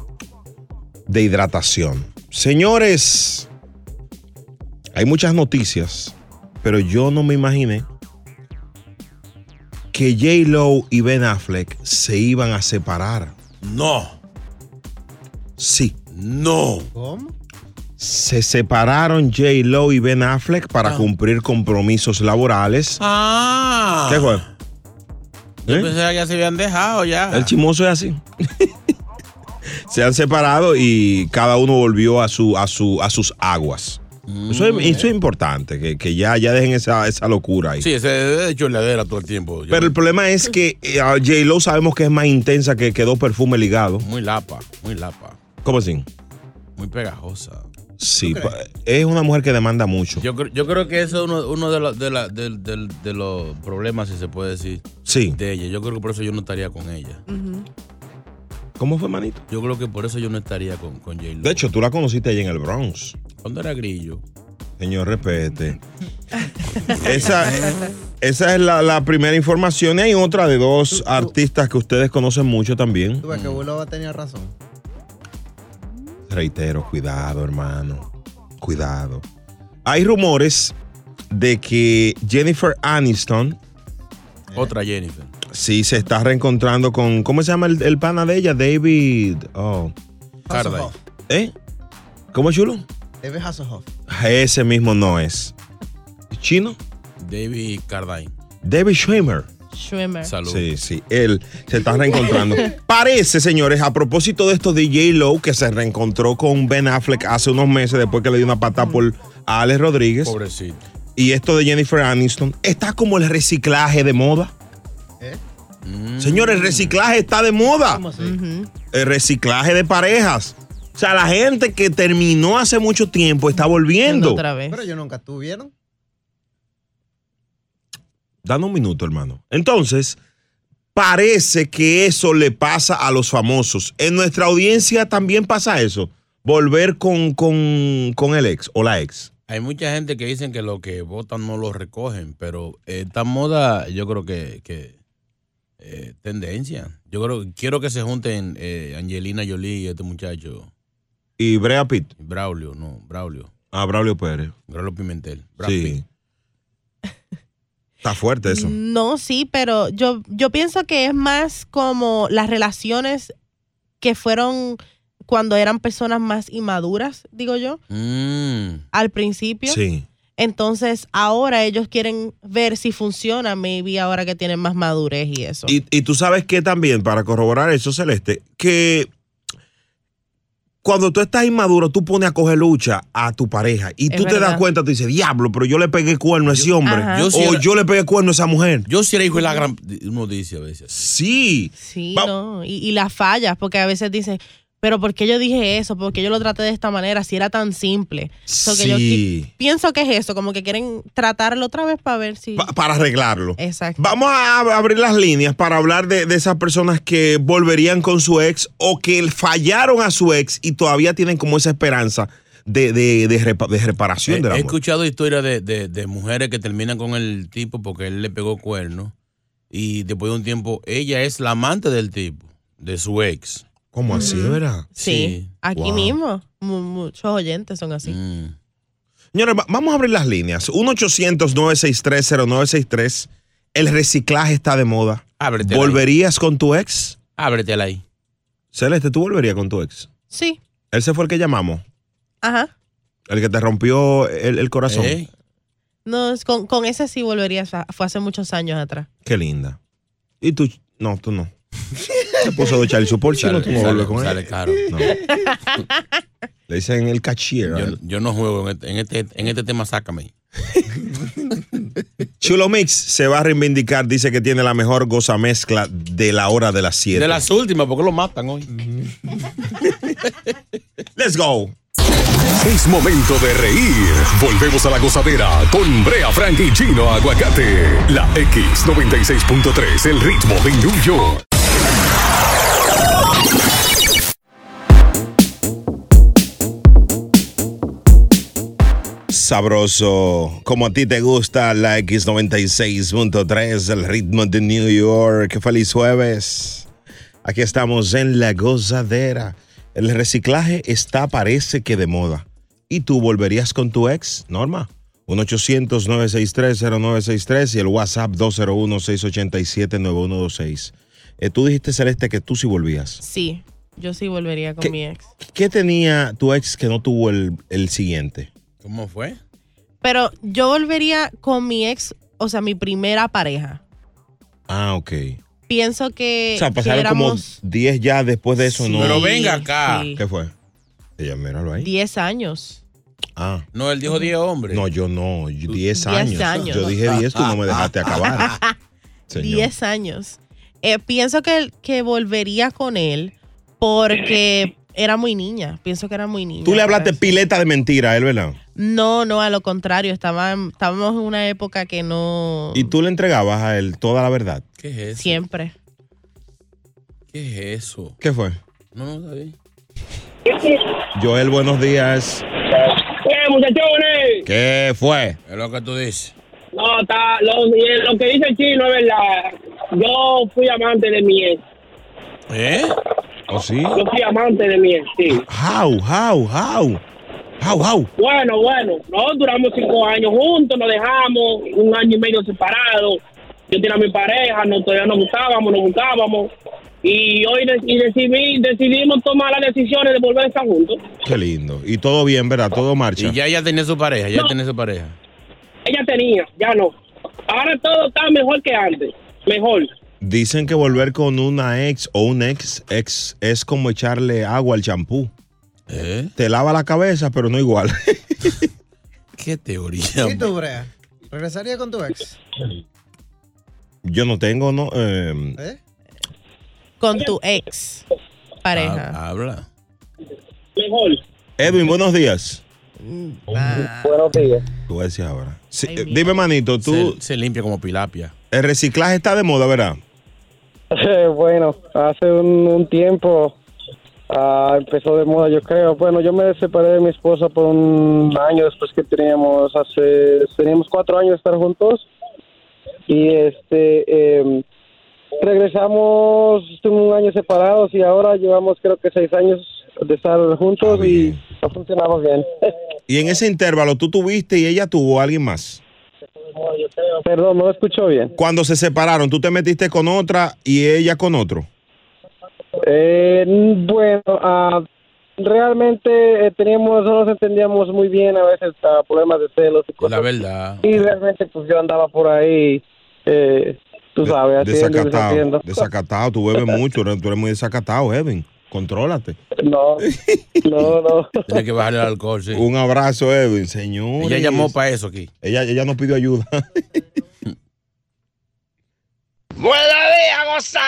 [SPEAKER 1] de hidratación. Señores, hay muchas noticias, pero yo no me imaginé que J. Lo y Ben Affleck se iban a separar.
[SPEAKER 2] No,
[SPEAKER 1] Sí,
[SPEAKER 2] no.
[SPEAKER 5] ¿Cómo?
[SPEAKER 1] se separaron J. Lo y Ben Affleck para
[SPEAKER 2] Ah.
[SPEAKER 1] cumplir compromisos laborales.
[SPEAKER 2] Ah.
[SPEAKER 1] ¿Qué fue?
[SPEAKER 2] Yo
[SPEAKER 1] ¿Eh?
[SPEAKER 2] pensé que ya se habían dejado ya.
[SPEAKER 1] El chimoso es así. se han separado y cada uno volvió a, su, a, su, a sus aguas. Eso es, eso es importante, que, que ya, ya dejen esa, esa locura ahí.
[SPEAKER 2] Sí, ese de choladera todo el tiempo. Yo-
[SPEAKER 1] Pero el problema es que eh, a J-Lo sabemos que es más intensa que, que dos perfumes ligados.
[SPEAKER 2] Muy lapa, muy lapa,
[SPEAKER 1] ¿Cómo así?
[SPEAKER 2] muy pegajosa.
[SPEAKER 1] Sí, pa- es una mujer que demanda mucho.
[SPEAKER 2] Yo, cre- yo creo que eso es uno, uno de, los- de la- del- del- de los problemas, si se puede decir,
[SPEAKER 1] sí.
[SPEAKER 2] de ella. Yo creo que por eso yo no estaría con ella.
[SPEAKER 1] ¿Cómo fue, manito?
[SPEAKER 2] Yo creo que por eso yo no estaría con, con j
[SPEAKER 1] De hecho, tú la conociste allá en el Bronx.
[SPEAKER 2] cuando era grillo.
[SPEAKER 1] Señor, respete. Esa, esa es la, la primera información. Y hay otra de dos artistas que ustedes conocen mucho también.
[SPEAKER 5] Tú ves que Bulova tenía razón.
[SPEAKER 1] Reitero, cuidado, hermano. Cuidado. Hay rumores de que Jennifer Aniston
[SPEAKER 2] Otra Jennifer.
[SPEAKER 1] sí se está reencontrando con. ¿Cómo se llama el, el pana de ella? David. Oh.
[SPEAKER 2] Carday.
[SPEAKER 5] Hasselhoff.
[SPEAKER 1] ¿Eh? ¿Cómo es chulo?
[SPEAKER 5] David Hasselhoff.
[SPEAKER 1] Ese mismo no es. ¿Chino?
[SPEAKER 2] David Cardine.
[SPEAKER 1] David Schwimmer.
[SPEAKER 4] Schwimmer.
[SPEAKER 2] Salud.
[SPEAKER 1] Sí, sí, él se está reencontrando. Parece, señores, a propósito de esto, DJ Low, que se reencontró con Ben Affleck hace unos meses después que le dio una patada por a Alex Rodríguez.
[SPEAKER 2] Pobrecito.
[SPEAKER 1] Y esto de Jennifer Aniston, está como el reciclaje de moda. Mm. Señores, el reciclaje está de moda. El reciclaje de parejas. O sea, la gente que terminó hace mucho tiempo está volviendo.
[SPEAKER 5] Pero yo nunca tuvieron.
[SPEAKER 1] Dame un minuto, hermano. Entonces, parece que eso le pasa a los famosos. En nuestra audiencia también pasa eso. Volver con, con, con el ex o la ex.
[SPEAKER 2] Hay mucha gente que dicen que lo que votan no lo recogen, pero esta moda yo creo que, que eh, tendencia. Yo creo quiero que se junten eh, Angelina Jolie y este muchacho.
[SPEAKER 1] Y Brea Pitt.
[SPEAKER 2] Braulio, no, Braulio.
[SPEAKER 1] Ah, Braulio Pérez.
[SPEAKER 2] Braulio Pimentel. Brad
[SPEAKER 1] Sí. Está fuerte eso.
[SPEAKER 2] Mm.
[SPEAKER 4] No, sí, pero yo, yo pienso que es más como las relaciones que fueron cuando eran personas más inmaduras, digo yo, al principio.
[SPEAKER 1] Sí.
[SPEAKER 4] Entonces ahora ellos quieren ver si funciona, maybe ahora que tienen más madurez y eso.
[SPEAKER 1] Y, y tú sabes que también, para corroborar eso, Celeste, que cuando tú estás inmaduro, tú pones a coger lucha a tu pareja y
[SPEAKER 2] Es
[SPEAKER 1] tú te das
[SPEAKER 2] verdad.
[SPEAKER 1] cuenta, tú dices, diablo, pero yo le pegué cuerno a ese hombre.
[SPEAKER 2] Ajá. Yo sí
[SPEAKER 1] o
[SPEAKER 2] era-
[SPEAKER 1] yo le pegué cuerno a esa mujer.
[SPEAKER 2] Yo sí era hijo de la gran. Uno dice a veces.
[SPEAKER 1] Sí.
[SPEAKER 4] Sí, no. Y, y las fallas, porque a veces dicen, pero ¿por qué yo dije eso? ¿Por qué yo lo traté de esta manera? Si era tan simple. So que yo
[SPEAKER 1] Sí.
[SPEAKER 4] qui- pienso que es eso, como que quieren tratarlo otra vez para ver si...
[SPEAKER 1] pa- para arreglarlo.
[SPEAKER 4] Exacto.
[SPEAKER 1] Vamos a ab- abrir las líneas para hablar de, de esas personas que volverían con su ex o que fallaron a su ex y todavía tienen como esa esperanza de, de- de repa- de reparación
[SPEAKER 2] He,
[SPEAKER 1] del
[SPEAKER 2] he
[SPEAKER 1] amor.
[SPEAKER 2] escuchado historias de, de- de mujeres que terminan con el tipo porque él le pegó cuerno y después de un tiempo ella es la amante del tipo, de su ex.
[SPEAKER 1] ¿Cómo así, verdad?
[SPEAKER 4] Sí, aquí
[SPEAKER 1] Wow.
[SPEAKER 4] mismo. mu- muchos oyentes son así.
[SPEAKER 1] Señores, va- vamos a abrir las líneas. 1-800-963-0963. El reciclaje está de moda.
[SPEAKER 2] Ábrete
[SPEAKER 1] ¿Volverías con tu ex?
[SPEAKER 2] Ábretela ahí.
[SPEAKER 1] Celeste, ¿tú volverías con tu ex?
[SPEAKER 4] Sí,
[SPEAKER 1] Ese fue el que llamamos.
[SPEAKER 4] ajá.
[SPEAKER 1] El que te rompió el, el corazón.
[SPEAKER 4] No, es con, con ese sí volvería, fa- fue hace muchos años atrás.
[SPEAKER 1] Qué linda. Y tú, no, tú no. Te puso de Charlie Support, chino, tú no vuelves con él.
[SPEAKER 2] Sale caro.
[SPEAKER 1] Le dicen el cashier. ¿eh?
[SPEAKER 2] Yo, yo no juego en este, en este, en este tema, sácame.
[SPEAKER 1] Chulo Mix se va a reivindicar. Dice que tiene la mejor goza mezcla de la hora de las 7.
[SPEAKER 2] De las últimas, porque lo matan hoy.
[SPEAKER 1] Let's go.
[SPEAKER 3] Es momento de reír. Volvemos a la gozadera con Brea Frank y Chino Aguacate. La X96.3, el ritmo de New York.
[SPEAKER 1] Sabroso, como a ti te gusta la X96.3, el ritmo de New York. Feliz jueves. Aquí estamos en la gozadera. El reciclaje está, parece que de moda. ¿Y tú volverías con tu ex, Norma? 1-800-963-0963 y el WhatsApp 201-687-9126. Eh, tú dijiste, Celeste, que tú sí volvías.
[SPEAKER 4] Sí, yo sí volvería con mi ex.
[SPEAKER 1] ¿Qué tenía tu ex que no tuvo el, el siguiente?
[SPEAKER 2] ¿Cómo fue?
[SPEAKER 4] Pero yo volvería con mi ex, o sea, mi primera pareja.
[SPEAKER 1] Ah, ok.
[SPEAKER 4] Pienso que,
[SPEAKER 1] O sea,
[SPEAKER 4] que
[SPEAKER 1] pasaron como
[SPEAKER 4] éramos
[SPEAKER 1] 10 ya después de eso,
[SPEAKER 4] Sí,
[SPEAKER 1] ¿no?
[SPEAKER 4] Pero venga acá. sí.
[SPEAKER 1] ¿Qué fue? Ella, míralo ahí.
[SPEAKER 4] 10 años.
[SPEAKER 1] Ah.
[SPEAKER 2] No, él dijo 10 hombres.
[SPEAKER 1] No, yo no. 10
[SPEAKER 4] años.
[SPEAKER 1] años.
[SPEAKER 4] años.
[SPEAKER 1] Yo dije 10, tú no me dejaste acabar. Señor.
[SPEAKER 4] 10 años. Eh, pienso que, que volvería con él porque era muy niña. Pienso que era muy niña.
[SPEAKER 1] Tú le hablaste pileta de mentira ¿eh, a él, ¿verdad?
[SPEAKER 4] No, no, a lo contrario. Estaba, estábamos en una época que no.
[SPEAKER 1] Y tú le entregabas a él toda la verdad.
[SPEAKER 2] ¿Qué es eso?
[SPEAKER 4] Siempre.
[SPEAKER 2] ¿Qué es eso?
[SPEAKER 1] ¿Qué fue?
[SPEAKER 2] No, no, está bien.
[SPEAKER 1] Joel, buenos días.
[SPEAKER 12] ¡Eh, muchachones!
[SPEAKER 1] ¿Qué fue?
[SPEAKER 2] Es lo que tú dices.
[SPEAKER 12] No, está, lo, y lo que dice el chino es verdad. Yo fui amante de mi ex.
[SPEAKER 2] ¿Eh?
[SPEAKER 1] ¿O ¿Oh, sí?
[SPEAKER 12] Yo fui amante de mi ex, sí.
[SPEAKER 1] How, how, how. How, how.
[SPEAKER 12] Bueno, bueno, no duramos cinco años juntos, nos dejamos un año y medio separados. Yo tenía a mi pareja, no, todavía nos gustábamos, nos gustábamos. y hoy de- y decidí- decidimos tomar las decisiones de volver a estar juntos.
[SPEAKER 1] Qué lindo. Y todo bien, ¿verdad? Todo marcha.
[SPEAKER 2] Y ya ella tenía su pareja, ya
[SPEAKER 12] No.
[SPEAKER 2] tenía su pareja.
[SPEAKER 12] Ella tenía, ya no. Ahora todo está mejor que antes, mejor.
[SPEAKER 1] Dicen que volver con una ex o un ex, ex es como echarle agua al champú.
[SPEAKER 2] ¿Eh?
[SPEAKER 1] Te lava la cabeza, pero no igual.
[SPEAKER 2] ¿Qué teoría?
[SPEAKER 5] ¿Y tú, Brea? ¿Regresaría con tu ex?
[SPEAKER 1] Yo no tengo, no. eh,
[SPEAKER 4] Con tu ex pareja.
[SPEAKER 2] Habla.
[SPEAKER 1] Ah.
[SPEAKER 12] Mejor.
[SPEAKER 1] Edwin, buenos días.
[SPEAKER 12] Buenos días.
[SPEAKER 1] Tú vas a decir ahora. Sí, eh, dime, manito, tú.
[SPEAKER 2] Se, limpia como pilapia.
[SPEAKER 1] El reciclaje está de moda, ¿verdad?
[SPEAKER 13] Eh, bueno, hace un, un tiempo ah, empezó de moda, yo creo. Bueno, yo me separé de mi esposa por un año
[SPEAKER 10] pues,
[SPEAKER 13] después que teníamos, hace, teníamos cuatro años de estar juntos. Y este, em, regresamos, estuvimos un año separados y ahora llevamos creo que seis años de estar juntos y no funcionamos bien.
[SPEAKER 1] Y en ese intervalo tú tuviste y ella tuvo a alguien más.
[SPEAKER 13] Perdón, no escucho bien.
[SPEAKER 1] Cuando se separaron, tú te metiste con otra y ella con otro.
[SPEAKER 13] Eh, bueno, ah, realmente eh, teníamos, no nos entendíamos muy bien a veces ah, problemas de celos y cosas.
[SPEAKER 2] La verdad.
[SPEAKER 13] Y realmente pues yo andaba por ahí, eh, tú sabes, haciendo y
[SPEAKER 1] Desacatado.
[SPEAKER 13] deshaciendo.
[SPEAKER 1] Desacatado, tú bebes mucho, tú eres muy desacatado, Edwin. Contrólate.
[SPEAKER 13] No, no, no.
[SPEAKER 2] Tiene que bajarle el alcohol, sí.
[SPEAKER 1] Un abrazo, Edwin, señor.
[SPEAKER 2] Ella llamó para eso aquí.
[SPEAKER 1] Ella, ella nos pidió ayuda.
[SPEAKER 14] Buenos días, gozadera.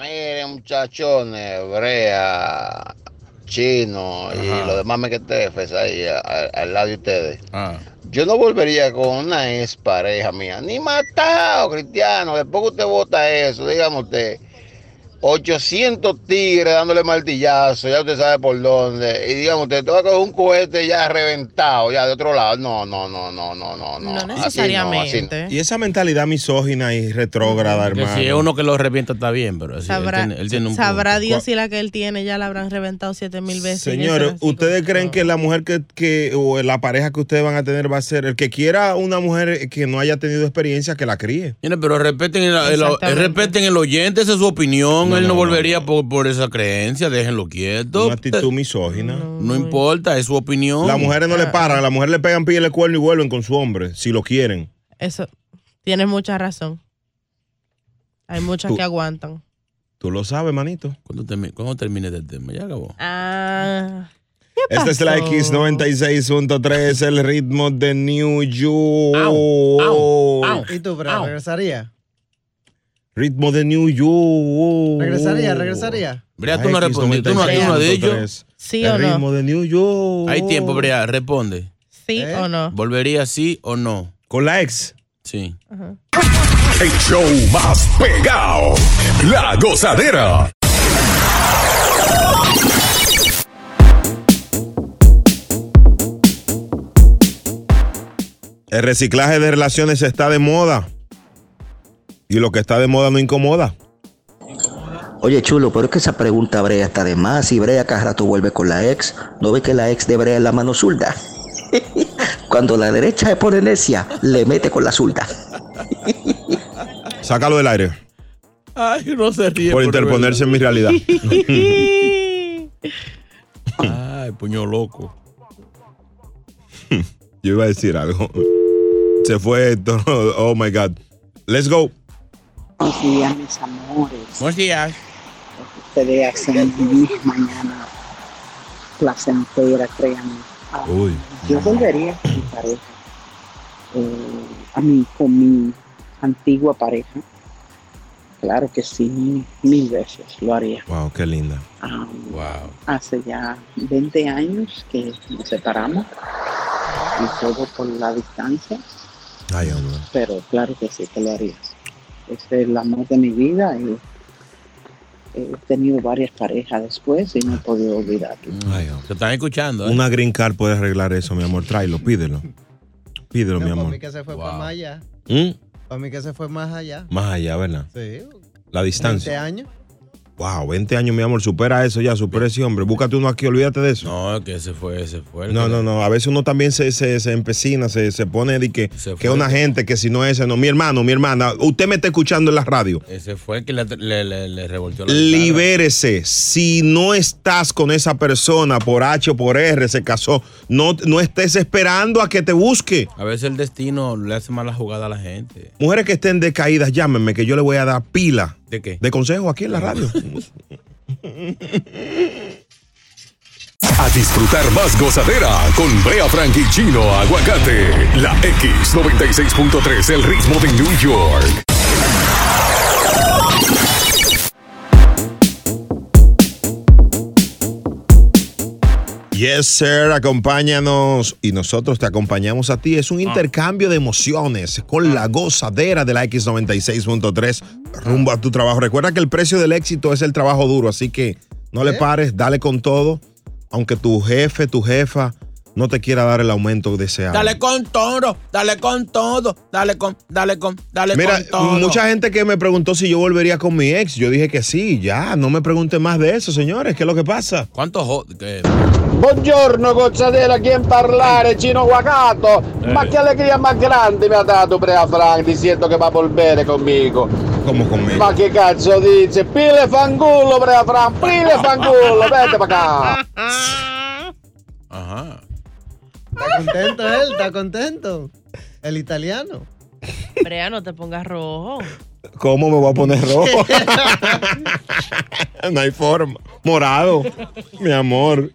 [SPEAKER 14] Miren, muchachones, Brea, Chino y los demás mequetefes ahí a- a- al, lado de ustedes. Yo no volvería con una ex pareja mía, ni matado, cristiano. Después que usted vota eso, dígame usted. 800 tigres dándole martillazo, ya usted sabe por dónde. Y digamos, usted te va a coger un cohete ya reventado, ya de otro lado. No, no, no, no, no, no. No, Así no, así no.
[SPEAKER 1] Y esa mentalidad misógina y retrógrada,
[SPEAKER 2] Que
[SPEAKER 1] hermano.
[SPEAKER 2] si es uno que lo revienta, está bien, pero sí,
[SPEAKER 4] Sabrá,
[SPEAKER 2] él, tiene, él tiene un
[SPEAKER 4] sabrá
[SPEAKER 2] punto.
[SPEAKER 4] Dios si la que él tiene ya la habrán reventado siete mil veces.
[SPEAKER 1] Señores, ¿ustedes creen que la mujer que, que- o la pareja que ustedes van a tener va a ser el que quiera una mujer que no haya tenido experiencia que la críe?
[SPEAKER 2] Mira, pero respeten el, el- respeten el oyente, esa es su opinión. Él no, volvería por, por esa creencia, déjenlo quieto. Una actitud
[SPEAKER 1] misógina.
[SPEAKER 2] No, importa, es su opinión.
[SPEAKER 1] Las mujeres no le
[SPEAKER 4] Ah.
[SPEAKER 1] paran, a las mujeres le pegan pie el cuerno y vuelven con su hombre, si lo quieren.
[SPEAKER 4] Eso, tienes mucha razón. Hay muchas
[SPEAKER 1] Tú-
[SPEAKER 4] que aguantan.
[SPEAKER 1] Tú lo sabes, manito.
[SPEAKER 2] ¿Cuándo, termi- cuándo termine este tema? Ya acabó.
[SPEAKER 4] Ah,
[SPEAKER 1] Esta Este es la
[SPEAKER 4] pasó?
[SPEAKER 1] X96.3, el ritmo de New York. Oh.
[SPEAKER 5] ¿Y tú, Brea? ¿Regresaría?
[SPEAKER 1] Ritmo de New York.
[SPEAKER 5] ¿Regresaría? ¿Regresaría?
[SPEAKER 2] Brea, tú no respondiste, tú no tú no has dicho.
[SPEAKER 4] ¿Sí o no?
[SPEAKER 1] de New York.
[SPEAKER 2] Hay tiempo, Brea, responde.
[SPEAKER 4] ¿Sí o no?
[SPEAKER 2] ¿Volvería sí o no?
[SPEAKER 1] ¿Con la ex?
[SPEAKER 2] Sí.
[SPEAKER 3] El show más pegado. La gozadera.
[SPEAKER 1] El reciclaje de relaciones está de moda. Y lo que está de moda no incomoda.
[SPEAKER 8] Oye, chulo, pero es que esa pregunta Brea está de más. Si Brea cada rato vuelve con la ex, ¿no ve que la ex de Brea es la mano zurda? Cuando la derecha se pone necia, le mete con la zurda.
[SPEAKER 1] Sácalo del aire.
[SPEAKER 2] Ay, no se ríe.
[SPEAKER 1] Por interponerse en mi realidad.
[SPEAKER 2] Ay, puño loco.
[SPEAKER 1] Yo iba a decir algo. Se fue Héctor. Oh my God. Let's go.
[SPEAKER 15] Buenos días, mis amores.
[SPEAKER 2] Buenos días.
[SPEAKER 15] Ustedes hacen mis mañanas placenteras, créanme. Ah,
[SPEAKER 1] Uy.
[SPEAKER 15] Yo volvería con mi pareja, eh, a mí, con mi antigua pareja. Claro que sí, mil veces lo haría.
[SPEAKER 1] Wow, qué linda.
[SPEAKER 15] Ah,
[SPEAKER 2] Wow.
[SPEAKER 15] hace ya 20 años que nos separamos y todo por la distancia.
[SPEAKER 1] Ay, hombre.
[SPEAKER 15] Pero claro que sí, que lo haría. Este Es el amor de mi vida y he tenido varias parejas después y no he podido olvidarlo.
[SPEAKER 1] Mm.
[SPEAKER 2] Te están escuchando, ¿eh?
[SPEAKER 1] Una green card puede arreglar eso, mi amor. Tráelo, pídelo. Pídelo, mi
[SPEAKER 5] Para
[SPEAKER 1] amor.
[SPEAKER 5] mí que se fue para más allá.
[SPEAKER 1] ¿Mm?
[SPEAKER 5] Para mí que se fue más allá.
[SPEAKER 1] Más allá, ¿verdad?
[SPEAKER 5] Sí.
[SPEAKER 1] La distancia.
[SPEAKER 5] 20 años.
[SPEAKER 1] Wow, 20 años, mi amor, supera eso ya, supera ese hombre. Búscate uno aquí, olvídate de eso.
[SPEAKER 2] No, que ese fue, ese fue. el
[SPEAKER 1] No,
[SPEAKER 2] que-
[SPEAKER 1] no, no. A veces uno también se, se, se empecina, se, se pone de que, que una gente que si no es, no. Mi hermano, mi hermana, usted me está escuchando en la radio.
[SPEAKER 2] Ese fue el que le, le, le- le revolteó la
[SPEAKER 1] Libérese. Si no estás con esa persona por H o por R, se casó, no, no estés esperando a que te busque.
[SPEAKER 2] A veces el destino le hace mala jugada a la gente.
[SPEAKER 1] Mujeres que estén decaídas, llámenme, que yo le voy a dar pila
[SPEAKER 2] ¿De qué?
[SPEAKER 1] de consejo aquí en la radio.
[SPEAKER 3] A disfrutar más gozadera con Brea Frank y Chino Aguacate. La X96.3, el ritmo de New York.
[SPEAKER 1] Yes, sir, acompáñanos y nosotros te acompañamos a ti.
[SPEAKER 2] Ah.
[SPEAKER 1] Es un intercambio de emociones con la gozadera de la X96.3 rumbo a tu trabajo. Recuerda que el precio del éxito es el trabajo duro, así que no
[SPEAKER 2] Eh.
[SPEAKER 1] le pares, dale con todo, aunque tu jefe, tu jefa no te quiera dar el aumento deseado.
[SPEAKER 2] Dale con todo, dale con todo, dale con, dale con, dale
[SPEAKER 1] Mira,
[SPEAKER 2] con todo.
[SPEAKER 1] mucha gente que me preguntó si yo volvería con mi ex, yo dije que sí, ya, no me pregunten más de eso, señores, ¿qué es lo que pasa?
[SPEAKER 2] ¿Cuántos
[SPEAKER 16] Buongiorno gozzadera, chi parlare? Cino Guacato. Ma che allegria más grande mi ha dato Brea Frank diciendo che va a volvere conmigo.
[SPEAKER 1] Come conmigo?
[SPEAKER 16] Ma che cazzo dice? Pile fangullo Brea Frank, pile
[SPEAKER 2] Ah.
[SPEAKER 16] fangullo, vete pa' cá.
[SPEAKER 2] Ajá.
[SPEAKER 5] Está contento él, está contento. El italiano.
[SPEAKER 4] Brea, no te pongas rojo.
[SPEAKER 1] ¿Cómo me voy a poner rojo? no hay forma. Morado, mi amor.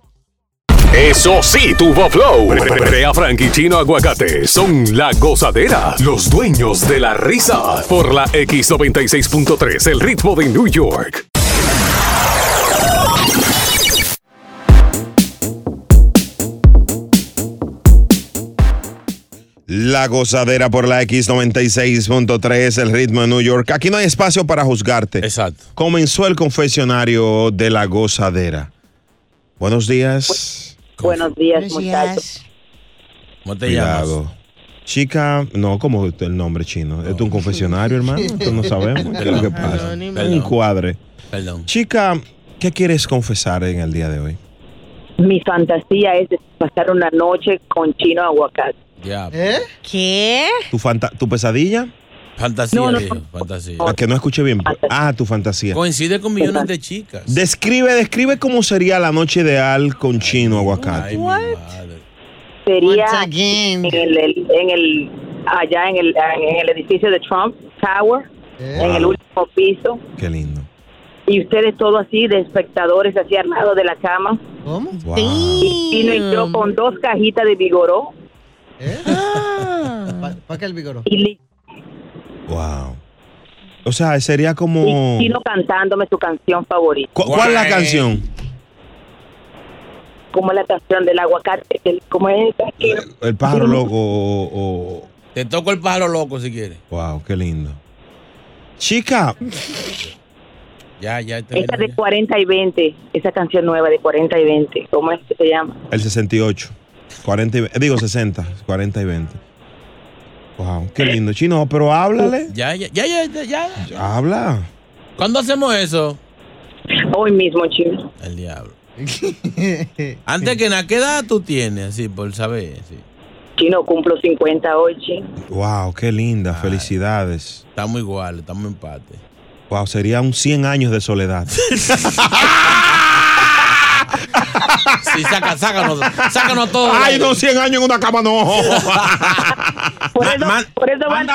[SPEAKER 3] Eso sí, tuvo flow. Brea Frank y Chino Aguacate son la gozadera, los dueños de la risa. Por la X96.3, el ritmo de New York.
[SPEAKER 1] La gozadera por la X96.3, el ritmo de New York. Aquí no hay espacio para juzgarte.
[SPEAKER 2] Exacto.
[SPEAKER 1] Comenzó el confesionario de la gozadera. Buenos días.
[SPEAKER 17] Buenos días, muchachos.
[SPEAKER 2] Pues, ¿Cómo te
[SPEAKER 1] Cuidado. Chica, no, como el nombre chino. Esto es un confesionario, hermano. Esto no sabemos qué es lo que pasa.
[SPEAKER 2] Anónimo.
[SPEAKER 1] Un cuadre.
[SPEAKER 2] Perdón.
[SPEAKER 1] Chica, ¿qué quieres confesar en el día de hoy?
[SPEAKER 17] Mi fantasía es pasar una noche con chino aguacate.
[SPEAKER 2] Ya.
[SPEAKER 4] ¿Qué?
[SPEAKER 1] ¿Tu, fanta- tu pesadilla?
[SPEAKER 2] Fantasía,
[SPEAKER 17] No, no.
[SPEAKER 2] dijo, fantasía.
[SPEAKER 1] A que no escuché bien. Ah, tu fantasía.
[SPEAKER 2] Coincide con millones de chicas.
[SPEAKER 1] Describe, describe cómo sería la noche ideal con chino aguacate.
[SPEAKER 17] Sería en el, el- en el- allá en el, en el edificio de Trump Tower, en el último piso.
[SPEAKER 1] Qué lindo.
[SPEAKER 17] Y ustedes todo así de espectadores, así al lado de la cama.
[SPEAKER 5] ¿Cómo?
[SPEAKER 17] Y Chino y yo con dos cajitas de vigoró. Ah.
[SPEAKER 5] ¿Para ¿Eh? qué el vigoró?
[SPEAKER 1] Wow. O sea, sería como.
[SPEAKER 17] Chino cantándome su canción favorita.
[SPEAKER 1] Oh. ¿Cu- ¿Cuál es la canción?
[SPEAKER 17] Como la canción del aguacate. el- como es?
[SPEAKER 1] El pájaro loco o. o-
[SPEAKER 2] Te toco el pájaro loco si quieres.
[SPEAKER 1] Wow, qué lindo. Chica.
[SPEAKER 2] Ya, ya. te-
[SPEAKER 17] Esa de 40 y 20, esa canción nueva de 40 y 20, ¿cómo es que se llama?
[SPEAKER 1] El 68. 40 y ve- digo 60, 40 y 20. Wow, qué lindo. Chino, pero háblale.
[SPEAKER 2] Ya, ya, ya, ya, ya, ya.
[SPEAKER 1] Habla.
[SPEAKER 2] ¿Cuándo hacemos eso?
[SPEAKER 17] Hoy mismo, chino.
[SPEAKER 2] El diablo. Antes que nada, ¿qué edad tú tienes? Así, por saber. sí.
[SPEAKER 17] Chino, cumplo 50 hoy, chino.
[SPEAKER 1] Wow, Oh, qué linda. Felicidades.
[SPEAKER 2] Estamos iguales, estamos empate.
[SPEAKER 1] Wow, sería un 100 años de soledad.
[SPEAKER 2] Sí, saca, sácanos, sácanos todo.
[SPEAKER 1] Ay, no, 100 años en una cama, no.
[SPEAKER 17] Por eso, por eso van-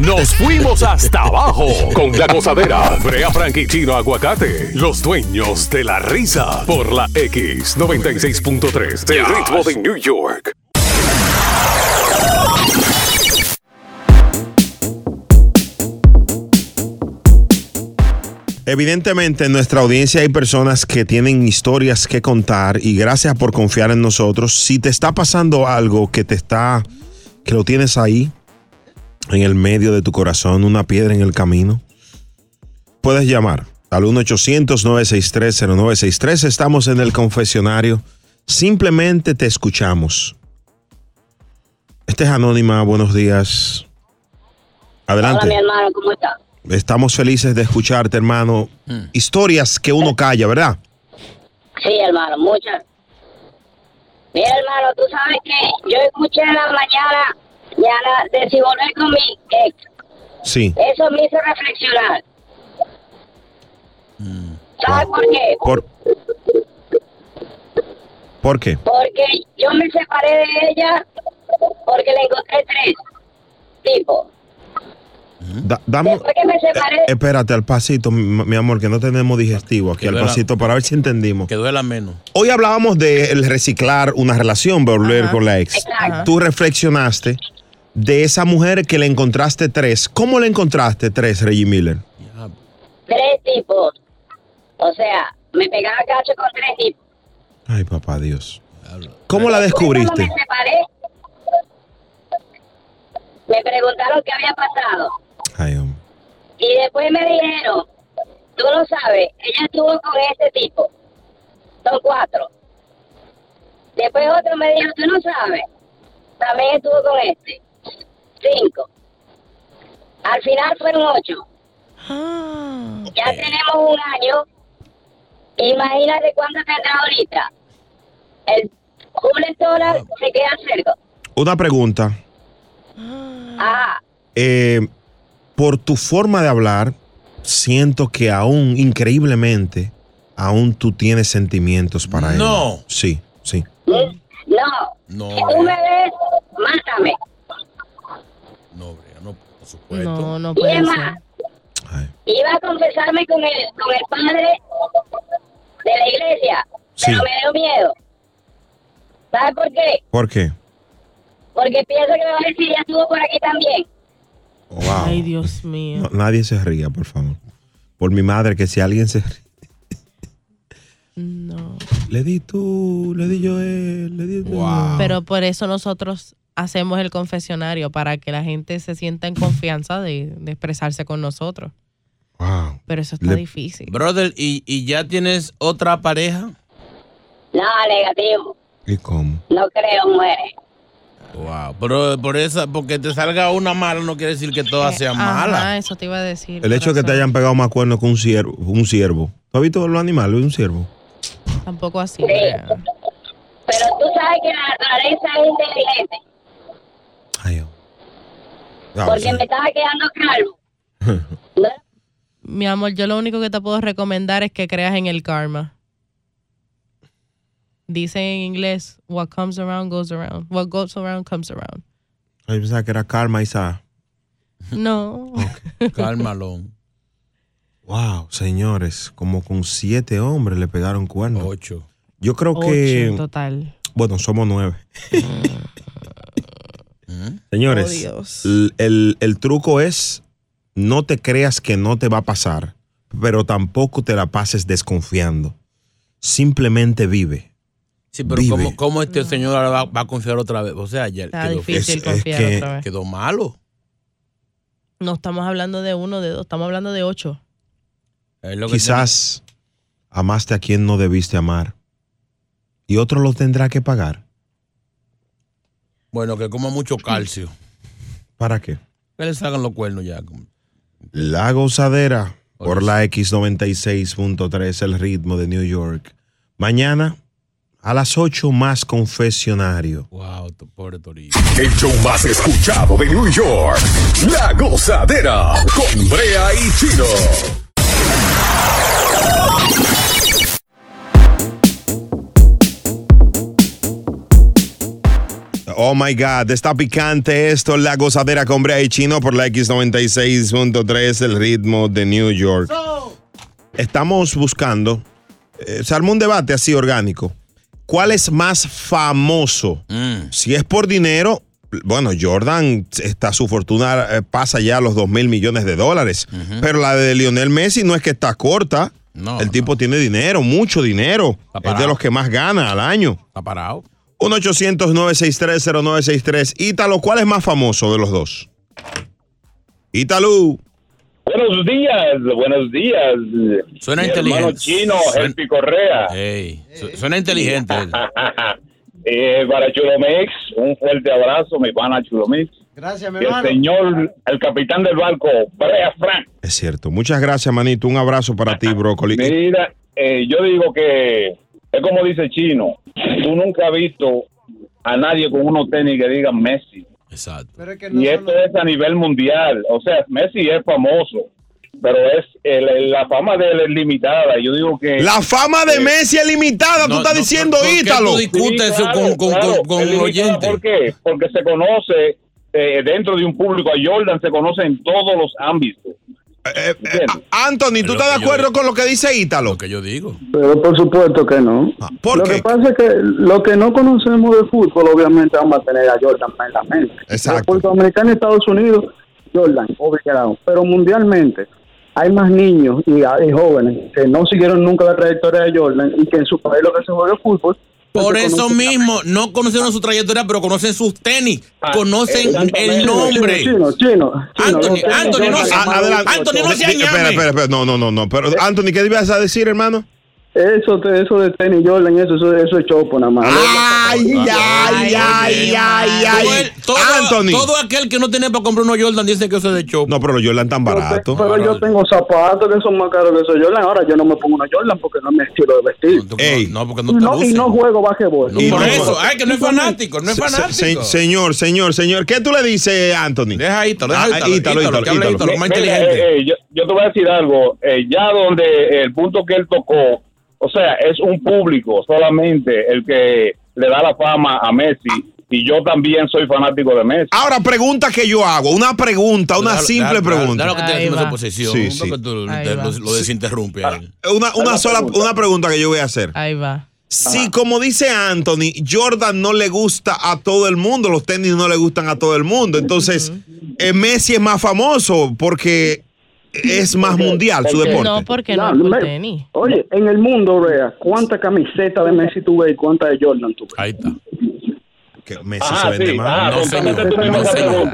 [SPEAKER 3] Nos fuimos hasta abajo con la gozadera. Brea Frank y Chino Aguacate, los dueños de la risa. Por la X96.3, el ritmo de New York.
[SPEAKER 1] Evidentemente en nuestra audiencia hay personas que tienen historias que contar y gracias por confiar en nosotros. Si te está pasando algo que te está, que lo tienes ahí, en el medio de tu corazón, una piedra en el camino, puedes llamar al 1-800-963-0963. Estamos en el confesionario. Simplemente te escuchamos. Esta es Anónima, buenos días. Adelante.
[SPEAKER 18] Hola, mi hermano, ¿cómo estás?
[SPEAKER 1] Estamos felices de escucharte, hermano. Historias que uno calla, ¿verdad?
[SPEAKER 18] Sí, hermano, muchas. Mira, hermano, tú sabes que yo escuché en la mañana ya la, de si volver con mi ex.
[SPEAKER 1] Sí.
[SPEAKER 18] Eso me hizo reflexionar. ¿Sabes por qué?
[SPEAKER 1] Mm. Ah, ¿Por, ¿Por qué?
[SPEAKER 18] Porque yo me separé de ella porque le encontré tres tipos.
[SPEAKER 1] Da- dame-
[SPEAKER 18] Después que me separé,
[SPEAKER 1] Eh, espérate, al pasito, mi, mi amor, que no tenemos digestivo aquí,
[SPEAKER 2] Que
[SPEAKER 1] al
[SPEAKER 2] duela-
[SPEAKER 1] pasito, para ver si entendimos.
[SPEAKER 2] Que duela menos.
[SPEAKER 1] Hoy hablábamos de el reciclar una relación, volver con la ex.
[SPEAKER 2] Exacto.
[SPEAKER 1] Tú reflexionaste de esa mujer que le encontraste tres. ¿Cómo le encontraste tres, Reggie Miller?
[SPEAKER 18] tres tipos. O sea, me pegaba cacho con tres tipos.
[SPEAKER 1] Ay, papá Dios. ¿Cómo la
[SPEAKER 18] Cuando
[SPEAKER 1] descubriste?
[SPEAKER 18] me separé, me preguntaron qué había pasado. Y después me dijeron, tú lo sabes, ella estuvo con ese tipo. Son cuatro. Después otro me dijo, tú no sabes, también estuvo con este. Cinco. Al final fueron ocho. Ya tenemos un año. Imagínate cuánto tendrá ahorita. El Julio Dólar se queda cerca.
[SPEAKER 1] Una pregunta.
[SPEAKER 18] Ah,
[SPEAKER 1] Eh, por tu forma de hablar, siento que aún, increíblemente, aún tú tienes sentimientos para él.
[SPEAKER 2] No.
[SPEAKER 1] Sí, sí.
[SPEAKER 18] no.
[SPEAKER 2] No,
[SPEAKER 18] Si tú me ves, mátame.
[SPEAKER 4] No, no
[SPEAKER 18] Y
[SPEAKER 4] puede
[SPEAKER 18] es
[SPEAKER 4] ser.
[SPEAKER 18] más, iba a confesarme con el, con el padre de la iglesia, pero
[SPEAKER 1] Sí.
[SPEAKER 18] me dio miedo. ¿Sabes por qué?
[SPEAKER 1] ¿Por qué?
[SPEAKER 18] Porque pienso que me va a decir, ya estuvo por aquí también.
[SPEAKER 1] Ah.
[SPEAKER 4] Ay, Dios mío.
[SPEAKER 1] Oh, No, nadie se ría, por favor. Por mi madre, que si alguien se ríe. Le di tú, le di yo él, le di tú.
[SPEAKER 4] Pero por eso nosotros hacemos el confesionario, para que la gente se sienta en confianza de, de expresarse con nosotros. Pero eso está
[SPEAKER 2] Le-
[SPEAKER 4] difícil.
[SPEAKER 2] Brother, ¿y, ¿y ya tienes otra pareja?
[SPEAKER 18] No, negativo.
[SPEAKER 1] ¿Y cómo?
[SPEAKER 18] No creo, muere.
[SPEAKER 4] Ah,
[SPEAKER 2] Wow. Pero por esa, porque te salga una mala no quiere decir que todas sean malas.
[SPEAKER 4] Ah, eso te iba a decir.
[SPEAKER 1] El hecho de que te hayan pegado más cuernos que un ciervo. Un ciervo. ¿Tú has visto los animales? Un ciervo.
[SPEAKER 4] Tampoco así.
[SPEAKER 18] Pero tú sabes que la naturaleza es inteligente.
[SPEAKER 1] Ah,
[SPEAKER 18] porque
[SPEAKER 1] sí.
[SPEAKER 18] me estaba quedando calvo.
[SPEAKER 4] Mi amor, yo lo único que te puedo recomendar es que creas en el karma. Dice en inglés, what comes around goes around. What goes around comes around.
[SPEAKER 1] Ay, pensaba que era karma, Isa.
[SPEAKER 4] No.
[SPEAKER 2] Cálmalo.
[SPEAKER 1] Wow, señores, como con siete hombres le pegaron cuernos.
[SPEAKER 2] Ocho.
[SPEAKER 1] Yo creo
[SPEAKER 4] Ocho
[SPEAKER 1] que.
[SPEAKER 4] en total.
[SPEAKER 1] Bueno, somos nueve.
[SPEAKER 2] Mm.
[SPEAKER 4] Oh,
[SPEAKER 1] Señores,
[SPEAKER 4] Dios.
[SPEAKER 1] l- el, el truco es no te creas que no te va a pasar, pero tampoco te la pases desconfiando. Simplemente vive.
[SPEAKER 2] Sí, pero
[SPEAKER 1] Vive.
[SPEAKER 2] ¿cómo, cómo este señor ahora va, va a confiar otra vez? O sea, ya
[SPEAKER 4] Mm. Está
[SPEAKER 2] quedó,
[SPEAKER 4] difícil Es- es confiar que- otra vez.
[SPEAKER 2] quedó malo.
[SPEAKER 4] No estamos hablando de uno, de dos, estamos hablando de ocho.
[SPEAKER 1] Quizás amaste a quien no debiste amar y otro lo tendrá que pagar.
[SPEAKER 2] Bueno, que coma mucho calcio.
[SPEAKER 4] Mm.
[SPEAKER 1] ¿Para qué?
[SPEAKER 2] Que le salgan los cuernos ya.
[SPEAKER 1] La gozadera por la X96.3, el ritmo de New York. Mañana a las 8 más confesionario.
[SPEAKER 2] Wow, tu pobre
[SPEAKER 3] El show más escuchado de New York. La gozadera con Brea y Chino.
[SPEAKER 1] Oh my God, está picante esto, la gozadera con Brea y Chino por la X96.3, el ritmo de New York. Estamos buscando, eh, se armó un debate así orgánico. ¿Cuál es más famoso?
[SPEAKER 19] Mm.
[SPEAKER 2] Mm.
[SPEAKER 1] Si es por dinero, bueno, Jordan, está su fortuna eh, pasa ya a los 2 mil millones de dólares. Pero la de Lionel Messi no es que está corta.
[SPEAKER 2] No,
[SPEAKER 1] el tipo tiene dinero, mucho dinero. Es de los que más gana al año.
[SPEAKER 2] Está parado.
[SPEAKER 1] 1-800-963-0963. Ítalo, ¿cuál es más famoso de los dos? Ítalo.
[SPEAKER 20] Buenos días, buenos días.
[SPEAKER 2] Suena
[SPEAKER 20] Mi
[SPEAKER 2] inteligente.
[SPEAKER 20] Hermano chino,
[SPEAKER 2] Suena-
[SPEAKER 20] Helpi Correa.
[SPEAKER 2] Ey, su- suena inteligente. él.
[SPEAKER 20] eh, para Chulomex, un fuerte abrazo, mi pana Chulomex.
[SPEAKER 5] Gracias, mi
[SPEAKER 20] y el
[SPEAKER 5] hermano.
[SPEAKER 20] señor, el capitán del barco, Brea Frank.
[SPEAKER 1] Es cierto. Muchas gracias, manito. Un abrazo para ti, brócoli.
[SPEAKER 20] Mira, eh, yo digo que es como dice Chino, tú nunca has visto a nadie con unos tenis que digan Messi.
[SPEAKER 2] Exacto.
[SPEAKER 20] y esto es a nivel mundial. O sea, Messi es famoso, pero es el- el- la fama de él es limitada. Yo digo que...
[SPEAKER 1] La fama de
[SPEAKER 20] eh,
[SPEAKER 1] Messi es limitada. tú
[SPEAKER 20] No,
[SPEAKER 1] estás
[SPEAKER 20] no,
[SPEAKER 1] diciendo
[SPEAKER 20] ¿por- por qué
[SPEAKER 1] Ítalo.
[SPEAKER 20] tú discutes eso con- con- con- con el oyente? ¿Por qué? Porque se conoce eh, dentro de un público. A Jordan se conoce en todos los ámbitos.
[SPEAKER 1] Eh, Anthony, ¿tú estás de acuerdo con lo que dice Ítalo? Lo
[SPEAKER 2] que yo digo.
[SPEAKER 10] Pero por supuesto que no.
[SPEAKER 1] lo
[SPEAKER 10] que pasa es que lo que no conocemos de fútbol, obviamente vamos a tener a Jordan en la mente.
[SPEAKER 1] Exacto.
[SPEAKER 10] Puertorriqueño y Estados Unidos, Jordan, obligado. Pero mundialmente hay más niños y, ah, y jóvenes que no siguieron nunca la trayectoria de Jordan y que en su país lo que se juega es fútbol.
[SPEAKER 2] Por
[SPEAKER 10] Entonces,
[SPEAKER 2] eso
[SPEAKER 10] conocen-
[SPEAKER 2] mismo, no conocieron su trayectoria, pero conocen sus tenis, conocen
[SPEAKER 10] Ah, Exactamente.
[SPEAKER 2] el nombre.
[SPEAKER 10] Chino, chino, chino, chino,
[SPEAKER 2] Anthony,
[SPEAKER 10] los tenis
[SPEAKER 2] Anthony,
[SPEAKER 10] Jordan
[SPEAKER 2] no se-
[SPEAKER 10] que más
[SPEAKER 1] Adelante.
[SPEAKER 10] uso-
[SPEAKER 1] Di- Espera, espera, espera. No, no, no, no. Pero, Anthony, ¿qué ibas a decir, hermano?
[SPEAKER 10] Eso, te- eso de tenis Jordan, eso, eso, eso es chopo nada más.
[SPEAKER 1] Ah. Ay, ay, ay, ay,
[SPEAKER 2] Todo el- todo, todo aquel que no tiene para comprar uno Jordan dice que eso es de show.
[SPEAKER 1] No, pero los Jordan tan baratos.
[SPEAKER 10] Pero yo tengo zapatos que son más caros que esos Jordan. Ahora yo no me pongo una Jordan porque no es mi estilo de vestir.
[SPEAKER 2] No, porque
[SPEAKER 10] Y no, y no juego basquetbol.
[SPEAKER 1] Y no-
[SPEAKER 2] Ay, que no Ah, es fanático, no es
[SPEAKER 1] Se- se-
[SPEAKER 2] fanático.
[SPEAKER 1] se- señor, señor, señor, ¿qué tú le dices, Anthony?
[SPEAKER 2] Deja Ítalo, deja
[SPEAKER 1] Ah,
[SPEAKER 2] Ítalo,
[SPEAKER 1] Ítalo,
[SPEAKER 2] Ítalo, que hable
[SPEAKER 1] Ítalo,
[SPEAKER 2] Ítalo,
[SPEAKER 1] Ítalo.
[SPEAKER 2] más
[SPEAKER 20] Mira, eh, eh, yo, yo te voy a decir algo. eh, ya donde el punto que él tocó, o sea, es un público solamente el que le da la fama a Messi. Y yo también soy fanático de Messi.
[SPEAKER 1] Ahora, pregunta que yo hago, una pregunta, una
[SPEAKER 2] Dalo-
[SPEAKER 1] simple
[SPEAKER 2] dalo-
[SPEAKER 1] pregunta.
[SPEAKER 2] Dalo que te hace una posición.
[SPEAKER 1] Sí, sí.
[SPEAKER 2] porque tú lo,
[SPEAKER 1] Ahí
[SPEAKER 2] te-
[SPEAKER 1] va.
[SPEAKER 2] lo- lo desinterrumpe. a él.
[SPEAKER 1] Una, una sola una pregunta que yo voy a hacer.
[SPEAKER 4] Ahí va.
[SPEAKER 1] Si, como dice Anthony, Jordan no le gusta a todo el mundo, los tenis no le gustan a todo el mundo, entonces eh, Messi es más famoso porque es más mundial su deporte.
[SPEAKER 4] No, porque no,
[SPEAKER 10] No,
[SPEAKER 4] por
[SPEAKER 10] me-
[SPEAKER 4] tenis.
[SPEAKER 10] Oye, en el mundo, vea, ¿cuántas camisetas de Messi tú ves y cuántas de Jordan tú ves?
[SPEAKER 2] Ahí está.
[SPEAKER 1] Que Messi
[SPEAKER 10] Ah,
[SPEAKER 1] se vende
[SPEAKER 10] sí.
[SPEAKER 1] más.
[SPEAKER 10] Ah, No,
[SPEAKER 2] señor. No, señor.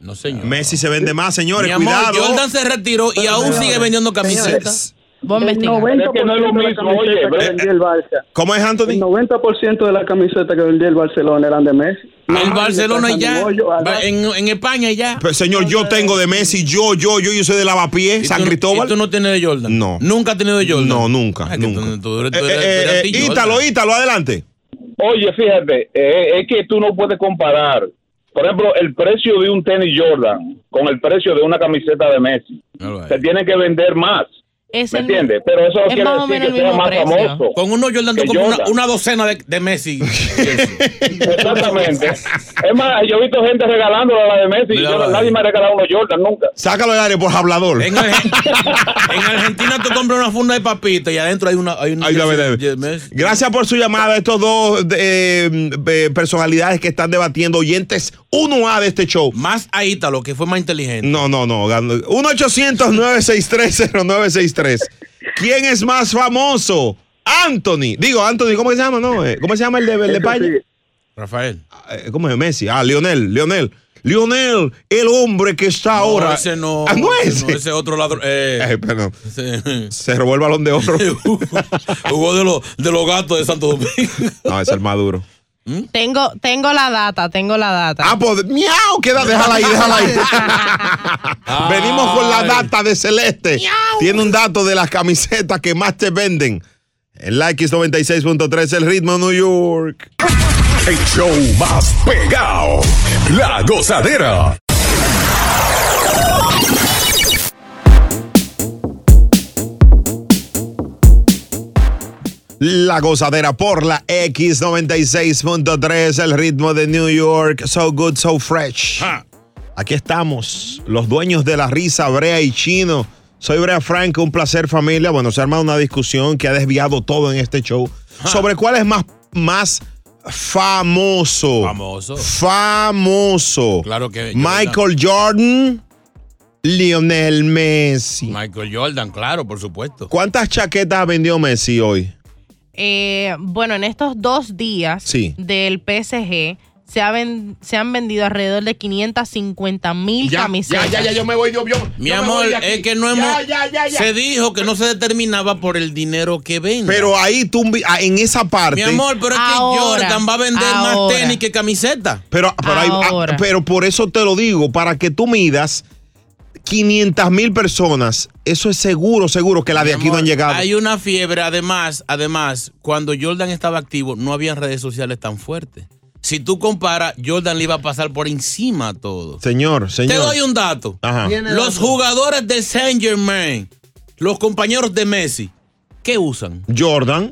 [SPEAKER 2] No, señor.
[SPEAKER 1] Messi se vende más, señores.
[SPEAKER 2] Mi amor,
[SPEAKER 1] cuidado.
[SPEAKER 2] Jordan se retiró y aún sigue vendiendo camisetas.
[SPEAKER 10] El 90% de la camiseta que vendía el Barça.
[SPEAKER 1] ¿Cómo es, Anthony?
[SPEAKER 10] El 90% de la camiseta que vendía el Barcelona eran de Messi.
[SPEAKER 1] Ah,
[SPEAKER 2] En Barcelona y ya. Va- En, en España y ya.
[SPEAKER 1] Pero, señor, yo tengo de Messi, yo, yo, yo, yo soy de Lavapié, San Cristóbal.
[SPEAKER 2] ¿Y tú no tienes de Jordan?
[SPEAKER 1] No.
[SPEAKER 2] ¿Nunca has tenido de Jordan?
[SPEAKER 1] No, nunca. nunca.
[SPEAKER 2] tú eres- tú
[SPEAKER 1] Eh, eh,
[SPEAKER 2] eres
[SPEAKER 1] eh,
[SPEAKER 2] anti-Jordan.
[SPEAKER 1] Ítalo, Ítalo, adelante.
[SPEAKER 20] Oye, fíjate, eh, es que tú no puedes comparar, por ejemplo, el precio de un tenis Jordan con el precio de una camiseta de Messi. Se tiene que vender más.
[SPEAKER 4] Es
[SPEAKER 20] ¿Me
[SPEAKER 4] el-
[SPEAKER 20] entiendes? Pero eso no
[SPEAKER 4] es
[SPEAKER 20] quiere
[SPEAKER 4] más o menos
[SPEAKER 20] decir que
[SPEAKER 4] el
[SPEAKER 20] sea
[SPEAKER 4] mismo
[SPEAKER 20] más
[SPEAKER 4] precio.
[SPEAKER 20] famoso.
[SPEAKER 2] Con uno Jordan tú
[SPEAKER 20] eh, que
[SPEAKER 2] compras una,
[SPEAKER 20] Jordan.
[SPEAKER 2] una docena de, de Messi.
[SPEAKER 20] Exactamente. es más, yo he visto gente regalándole a la de Messi. y
[SPEAKER 2] Mira,
[SPEAKER 20] yo-
[SPEAKER 2] vale.
[SPEAKER 20] nadie me ha regalado uno Jordan nunca.
[SPEAKER 1] Sácalo del área por hablador.
[SPEAKER 2] En, Argen- en Argentina tú compras una funda de papita y adentro hay una... Hay una
[SPEAKER 1] Ay, la
[SPEAKER 2] de-
[SPEAKER 1] verdad.
[SPEAKER 2] de Messi.
[SPEAKER 1] Gracias por su llamada. Estos dos eh, eh, personalidades que están debatiendo, oyentes 1A de este show.
[SPEAKER 2] Más a Ítalo, que fue más inteligente.
[SPEAKER 1] No, no, no. 1-800-963-0963. ¿Quién es más famoso? Anthony. Digo, Anthony, ¿cómo que se llama? No, eh, ¿Cómo se llama el de, el de España?
[SPEAKER 2] Rafael.
[SPEAKER 1] Eh, ¿Cómo es Messi? Ah, Lionel, Lionel. Lionel, el hombre que está ahora.
[SPEAKER 2] No, ese no.
[SPEAKER 1] Ah, no es.
[SPEAKER 2] ese. no, ese otro ladrón. Eh,
[SPEAKER 1] Eh, perdón.
[SPEAKER 2] ese-
[SPEAKER 1] Se robó el balón de oro.
[SPEAKER 2] Hugo de, los de los gatos de Santo Domingo.
[SPEAKER 1] no, es el maduro.
[SPEAKER 4] Tengo, tengo la data, tengo la data.
[SPEAKER 1] ¿Mm? Ah, pues, miau, queda, déjala ahí, déjala ahí. Venimos con la data de Celeste. Tiene un dato de las camisetas que más te venden. En la X96.3, el ritmo New York.
[SPEAKER 3] El show más pegado. La gozadera.
[SPEAKER 1] La gozadera por la X96.3, el ritmo de New York. So good, so fresh.
[SPEAKER 2] Ah.
[SPEAKER 1] Aquí estamos, los dueños de la risa, Brea y Chino. Soy Brea Franco, un placer familia. Bueno, se ha armado una discusión que ha desviado todo en este show
[SPEAKER 2] Ah.
[SPEAKER 1] sobre cuál es más, más famoso.
[SPEAKER 2] Famoso.
[SPEAKER 1] Famoso.
[SPEAKER 2] Claro que-
[SPEAKER 1] Michael Jordan, Lionel Messi.
[SPEAKER 2] Michael Jordan, claro, por supuesto.
[SPEAKER 1] ¿Cuántas chaquetas vendió Messi hoy?
[SPEAKER 4] Eh, bueno, en estos dos días
[SPEAKER 1] Sí.
[SPEAKER 4] del PSG se, ha ven- se han vendido alrededor de 550 mil
[SPEAKER 2] Ya,
[SPEAKER 4] camisetas.
[SPEAKER 2] ya, ya, ya, yo
[SPEAKER 16] me voy, yo, yo.
[SPEAKER 2] Mi
[SPEAKER 16] yo me
[SPEAKER 2] amor,
[SPEAKER 16] voy de aquí.
[SPEAKER 2] es que no hemos.
[SPEAKER 16] Ya, ya, ya, ya.
[SPEAKER 2] Se dijo que no se determinaba por el dinero que vende.
[SPEAKER 1] Pero ahí tú, ah, en esa parte.
[SPEAKER 2] Mi amor, pero es
[SPEAKER 4] Ahora,
[SPEAKER 2] que Jordan va a vender más
[SPEAKER 4] ahora.
[SPEAKER 2] tenis que camiseta.
[SPEAKER 1] Pero, pero, hay- ah,
[SPEAKER 2] Ahora.
[SPEAKER 1] pero por eso te lo digo, para que tú midas 500 mil personas, eso es seguro, seguro que la de aquí no han llegado.
[SPEAKER 2] Hay una fiebre, además, además, cuando Jordan estaba activo, no habían redes sociales tan fuertes. Si tú comparas, Jordan le iba a pasar por encima a todo.
[SPEAKER 1] Señor, señor.
[SPEAKER 2] Te doy un dato.
[SPEAKER 1] Ajá. Tiene
[SPEAKER 2] Los
[SPEAKER 1] dato.
[SPEAKER 2] jugadores de Saint Germain, los compañeros de Messi, ¿qué usan? Ah.
[SPEAKER 1] Jordan.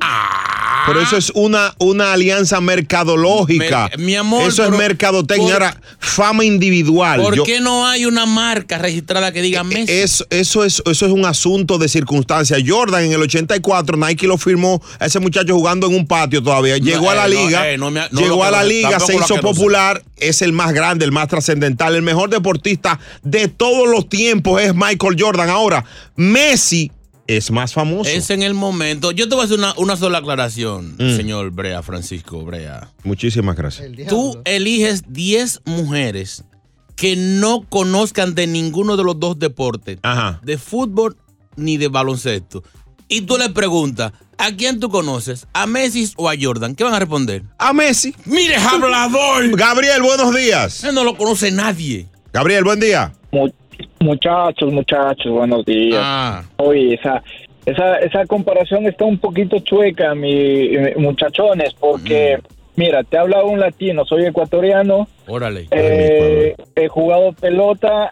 [SPEAKER 1] Pero eso es una, una alianza mercadológica.
[SPEAKER 2] Mer- mi amor,
[SPEAKER 1] Eso
[SPEAKER 2] pero-
[SPEAKER 1] es mercadotecnia.
[SPEAKER 2] por-
[SPEAKER 1] Ahora, fama individual.
[SPEAKER 2] ¿Por
[SPEAKER 1] Ah, Yo- Eh,
[SPEAKER 2] qué no hay una marca registrada que diga Messi?
[SPEAKER 1] Eso, eso, es, eso es un asunto de circunstancias. Jordan en el 84, Nike lo firmó a ese muchacho jugando en un patio todavía. Llegó a
[SPEAKER 2] eh,
[SPEAKER 1] la
[SPEAKER 2] no,
[SPEAKER 1] liga,
[SPEAKER 2] eh, no me- no
[SPEAKER 1] llegó
[SPEAKER 2] lo
[SPEAKER 1] a la
[SPEAKER 2] conozco,
[SPEAKER 1] liga,
[SPEAKER 2] tampoco
[SPEAKER 1] se
[SPEAKER 2] lo
[SPEAKER 1] hizo
[SPEAKER 2] conozco.
[SPEAKER 1] popular, es el más grande, el más trascendental, el mejor deportista de todos los tiempos es Michael Jordan. Ahora, Messi es más famoso.
[SPEAKER 2] Es en el momento. Yo te voy a hacer una, una sola aclaración,
[SPEAKER 1] Mm.
[SPEAKER 2] señor Brea, Francisco Brea.
[SPEAKER 1] Muchísimas gracias.
[SPEAKER 2] Tú eliges 10 mujeres que no conozcan de ninguno de los dos deportes, de fútbol ni de baloncesto. Y tú le preguntas, ¿a quién tú conoces? ¿A Messi o a Jordan? ¿Qué van a responder?
[SPEAKER 1] A Messi.
[SPEAKER 2] Mire, hablador.
[SPEAKER 1] Gabriel, buenos días.
[SPEAKER 2] No lo conoce nadie.
[SPEAKER 1] Gabriel, buen día.
[SPEAKER 21] Mu- Muchachos, muchachos, buenos días.
[SPEAKER 1] Ah.
[SPEAKER 21] Oye, esa, esa, esa comparación está un poquito chueca, mi, mi- muchachones, porque, mira, te habla un latino, soy ecuatoriano,
[SPEAKER 2] Órale.
[SPEAKER 21] eh, he jugado pelota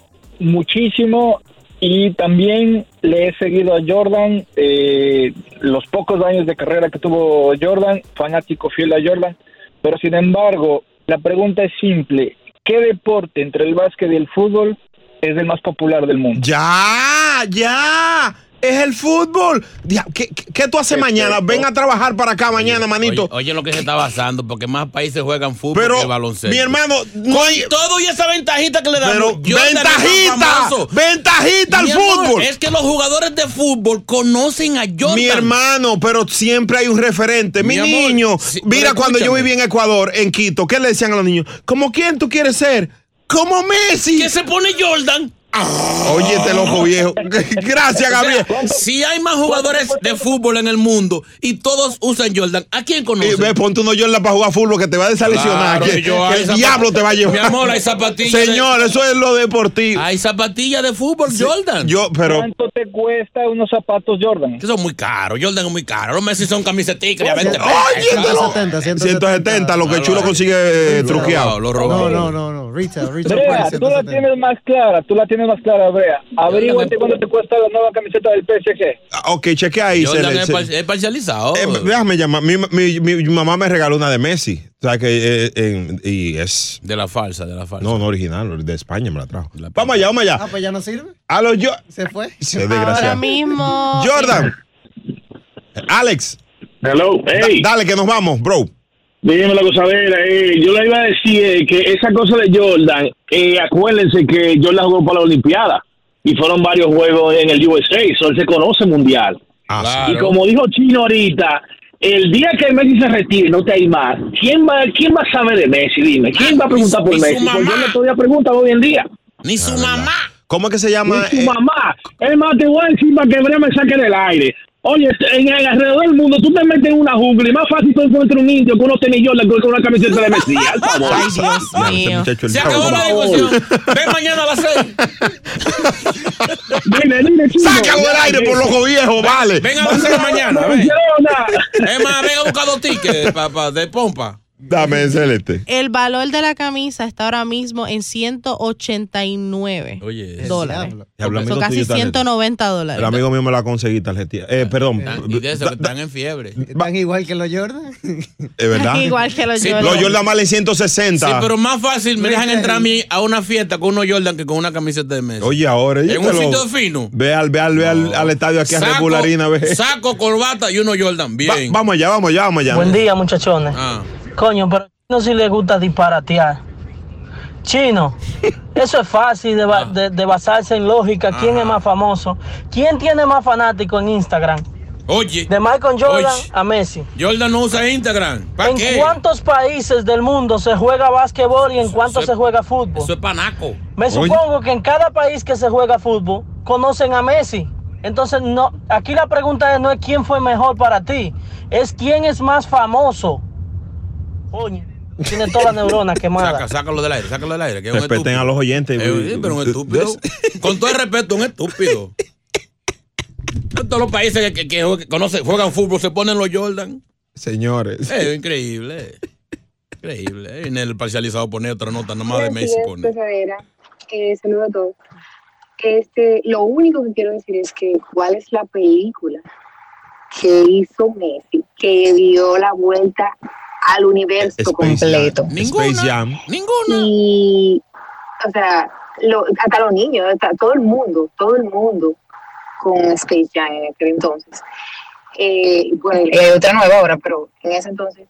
[SPEAKER 21] muchísimo y también le he seguido a Jordan, eh, los pocos años de carrera que tuvo Jordan, fanático fiel a Jordan, pero sin embargo, la pregunta es simple, ¿qué deporte entre el básquet y el fútbol es el más popular del mundo?
[SPEAKER 1] Ya, ya. Ah, Es el fútbol. Dia- ¿Qué, qué- qué tú haces mañana? Ven a trabajar para acá mañana, manito.
[SPEAKER 2] Oye, oye lo que se está basando, porque más países juegan fútbol que baloncesto.
[SPEAKER 1] Mi hermano, no
[SPEAKER 2] Con
[SPEAKER 1] hay-
[SPEAKER 2] todo y esa ventajita que le dan.
[SPEAKER 1] Pero ventajita, ventajita al fútbol.
[SPEAKER 2] Es que los jugadores de fútbol conocen a Jordan.
[SPEAKER 1] Mi hermano, pero siempre hay un referente. Mi,
[SPEAKER 2] Mi amor,
[SPEAKER 1] niño,
[SPEAKER 2] sí,
[SPEAKER 1] mira
[SPEAKER 2] pero
[SPEAKER 1] cuando yo
[SPEAKER 2] escúchame.
[SPEAKER 1] viví en Ecuador, en Quito, ¿qué le decían a los niños? ¿Como quién tú quieres ser? Como Messi. Que
[SPEAKER 2] se pone Jordan.
[SPEAKER 1] Oye, este loco viejo. Gracias, Gabriel.
[SPEAKER 2] O sea, si hay más jugadores de fútbol en el mundo y todos usan Jordan, ¿a quién
[SPEAKER 1] Y
[SPEAKER 2] conoces?
[SPEAKER 1] ve, ponte uno Jordan para jugar fútbol que te va a desalesionar.
[SPEAKER 2] Claro,
[SPEAKER 1] que,
[SPEAKER 2] yo,
[SPEAKER 1] que
[SPEAKER 2] hay
[SPEAKER 1] el
[SPEAKER 2] zapat-
[SPEAKER 1] diablo te va a llevar.
[SPEAKER 2] Mi amor, hay zapatillas de-
[SPEAKER 1] Señor, eso es lo deportivo.
[SPEAKER 2] Hay zapatillas de fútbol, Jordan.
[SPEAKER 1] Yo, pero.
[SPEAKER 21] ¿Cuánto te cuesta unos zapatos Jordan?
[SPEAKER 2] Que son muy caros. Jordan es muy caro. Los Messi son camiseticas. ya 20 pesos.
[SPEAKER 1] Oye, este te lo-
[SPEAKER 5] 170,
[SPEAKER 1] 170, lo que
[SPEAKER 2] No,
[SPEAKER 1] Chulo
[SPEAKER 2] no,
[SPEAKER 1] consigue eh, truqueado.
[SPEAKER 2] Lo
[SPEAKER 5] No, no, no, no. Retail, retail.
[SPEAKER 21] Brea,
[SPEAKER 5] price,
[SPEAKER 21] tú la
[SPEAKER 5] 170.
[SPEAKER 21] tienes más clara, tú la tienes más clara, Brea. Averíguate cuánto te cuesta la nueva camiseta del PSG.
[SPEAKER 1] Ah, Ok, chequea ahí. se
[SPEAKER 2] Jordan
[SPEAKER 1] le-
[SPEAKER 2] es,
[SPEAKER 1] se-
[SPEAKER 2] par- es parcializado.
[SPEAKER 1] Eh, déjame llamar. Mi, mi- mi- mi mamá me regaló una de Messi. O sea que eh, en- y es.
[SPEAKER 2] De la falsa, de la falsa.
[SPEAKER 1] No, no original, de España me la trajo. Vamos allá, vamos allá.
[SPEAKER 5] Ah, pues ya no sirve.
[SPEAKER 1] A los yo.
[SPEAKER 5] Se fue.
[SPEAKER 1] Se desgraciado.
[SPEAKER 4] Ahora mismo.
[SPEAKER 1] Jordan. Alex.
[SPEAKER 22] Hello. Hey.
[SPEAKER 1] dale, que nos vamos, bro.
[SPEAKER 22] Dígame la cosa, eh, yo le iba a decir eh, que esa cosa de Jordan, eh, acuérdense que Jordan jugó para la Olimpiada y fueron varios juegos en el USA, so él se conoce mundial.
[SPEAKER 1] Ah,
[SPEAKER 22] Y como dijo Chino ahorita, el día que Messi se retire, no te hay más. ¿Quién va, ¿Quién va a saber de Messi? Dime, ¿quién va a preguntar por
[SPEAKER 2] y Ah, su
[SPEAKER 22] Messi? Pues
[SPEAKER 2] mamá.
[SPEAKER 22] yo no todavía pregunta hoy en día.
[SPEAKER 2] Ni su mamá.
[SPEAKER 1] Ah, ¿Cómo es que se llama?
[SPEAKER 22] Ni su
[SPEAKER 1] eh,
[SPEAKER 22] mamá. Es más, te voy a decir para que Brea me saque del aire. Oye, este, en el alrededor del mundo, tú te metes en una jungla y más fácil tú encuentras un indio que uno tenis Jordan con una camiseta de Messi. Al favor.
[SPEAKER 2] Ay, Dios
[SPEAKER 1] Ya, ese
[SPEAKER 2] mío.
[SPEAKER 1] muchacho, el
[SPEAKER 2] Se acabó
[SPEAKER 1] diablo.
[SPEAKER 2] la discusión. Ven mañana a las seis.
[SPEAKER 1] Sácalo del aire por loco viejo, vale.
[SPEAKER 2] Ven a las seis mañana. Ven. Es más, ven a buscar dos tickets pa- pa- de pompa.
[SPEAKER 1] Dame, excelente.
[SPEAKER 4] El valor de la camisa está ahora mismo en 189
[SPEAKER 2] Oye,
[SPEAKER 4] dólares.
[SPEAKER 1] Y hablamos
[SPEAKER 4] Son
[SPEAKER 1] con
[SPEAKER 4] casi
[SPEAKER 1] tuyo, Tarjeta.
[SPEAKER 4] 190
[SPEAKER 1] El
[SPEAKER 4] dólares.
[SPEAKER 1] amigo mío me la conseguí tarjetita.
[SPEAKER 4] Ah,
[SPEAKER 1] Eh, perdón.
[SPEAKER 2] Y de eso que están en fiebre.
[SPEAKER 5] Están igual que los Jordan.
[SPEAKER 1] eh, Es verdad.
[SPEAKER 4] Igual que los
[SPEAKER 1] Sí,
[SPEAKER 4] Jordan.
[SPEAKER 1] Los Jordan valen 160.
[SPEAKER 2] Sí, pero más fácil me dejan entrar a mí a una fiesta con unos Jordan que con una camiseta de Messi.
[SPEAKER 1] Oye, ahora.
[SPEAKER 2] En
[SPEAKER 1] oye,
[SPEAKER 2] un
[SPEAKER 1] te lo-
[SPEAKER 2] sitio fino.
[SPEAKER 1] Ve al, ve al, ve al, al estadio aquí a regularina, ve.
[SPEAKER 2] saco, corbata y uno Jordan. Bien.
[SPEAKER 1] Va- vamos allá, vamos allá, vamos allá.
[SPEAKER 23] Buen día, muchachones. Coño, pero no si le gusta disparatear. Chino, eso es fácil de, ba- de- de basarse en lógica. ¿Quién es más famoso? ¿Quién tiene más fanáticos en Instagram?
[SPEAKER 2] Oye.
[SPEAKER 23] De Michael Jordan
[SPEAKER 2] Oye.
[SPEAKER 23] a Messi.
[SPEAKER 2] Jordan no usa Instagram. ¿Para
[SPEAKER 23] ¿En
[SPEAKER 2] qué?
[SPEAKER 23] cuántos países del mundo se juega básquetbol y en cuántos
[SPEAKER 2] eso
[SPEAKER 23] se
[SPEAKER 2] es-
[SPEAKER 23] juega fútbol?
[SPEAKER 2] Eso es panaco.
[SPEAKER 23] Me
[SPEAKER 2] Oye.
[SPEAKER 23] supongo que en cada país que se juega fútbol conocen a Messi. Entonces, no, aquí la pregunta es, no es quién fue mejor para ti, es quién es más famoso. Coño, tiene toda la neurona quemada.
[SPEAKER 2] Saca, sácalo del aire, sácalo del aire. Que es un
[SPEAKER 1] Respeten
[SPEAKER 2] estúpido.
[SPEAKER 1] a los oyentes.
[SPEAKER 2] Eh, sí, pero un estúpido. Con todo el respeto, un estúpido. En todos los países que, que- que conocen- juegan fútbol se ponen los Jordan.
[SPEAKER 1] Señores.
[SPEAKER 2] Es increíble. Increíble. En el parcializado pone otra nota nomás de Messi.
[SPEAKER 6] Así es,
[SPEAKER 2] Pone.
[SPEAKER 6] gozadera. Eh, saludo a todos. Este, lo único que quiero decir es que cuál es la película que hizo Messi que dio la vuelta al universo completo.
[SPEAKER 1] Space Jam.
[SPEAKER 2] Ninguna.
[SPEAKER 6] Y, o sea, lo- hasta los niños, hasta todo el mundo, todo el mundo con Space Jam en aquel entonces. Eh, bueno, hay otra nueva ahora, pero en ese entonces,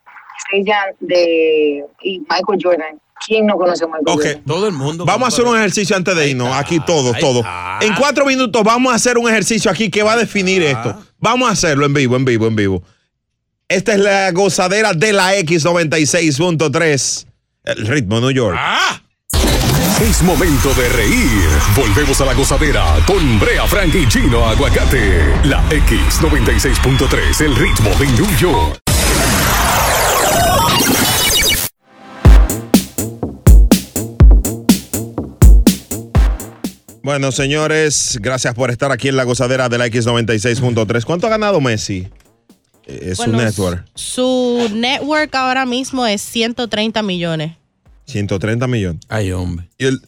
[SPEAKER 6] Space Jam de y Michael Jordan. ¿Quién no conoce a Michael
[SPEAKER 1] Ok.
[SPEAKER 6] Jordan?
[SPEAKER 2] Todo el mundo.
[SPEAKER 1] Vamos a hacer un ejercicio antes de irnos. Aquí todos, todos. En cuatro minutos vamos a hacer un ejercicio aquí que va a
[SPEAKER 2] Ah.
[SPEAKER 1] definir esto. Vamos a hacerlo en vivo, en vivo, en vivo. Esta es la gozadera de la X96.3. El ritmo New York.
[SPEAKER 3] Ah. Es momento de reír. Volvemos a la gozadera con Brea Frank y Chino Aguacate. La X96.3, el ritmo de New York.
[SPEAKER 1] Bueno, señores, gracias por estar aquí en la gozadera de la X96.3. ¿Cuánto ha ganado Messi? Eh, Es
[SPEAKER 4] Bueno,
[SPEAKER 1] un network.
[SPEAKER 4] Su network ahora mismo es 130 millones.
[SPEAKER 1] 130 millones.
[SPEAKER 2] Ay, hombre.
[SPEAKER 1] ¿Y el,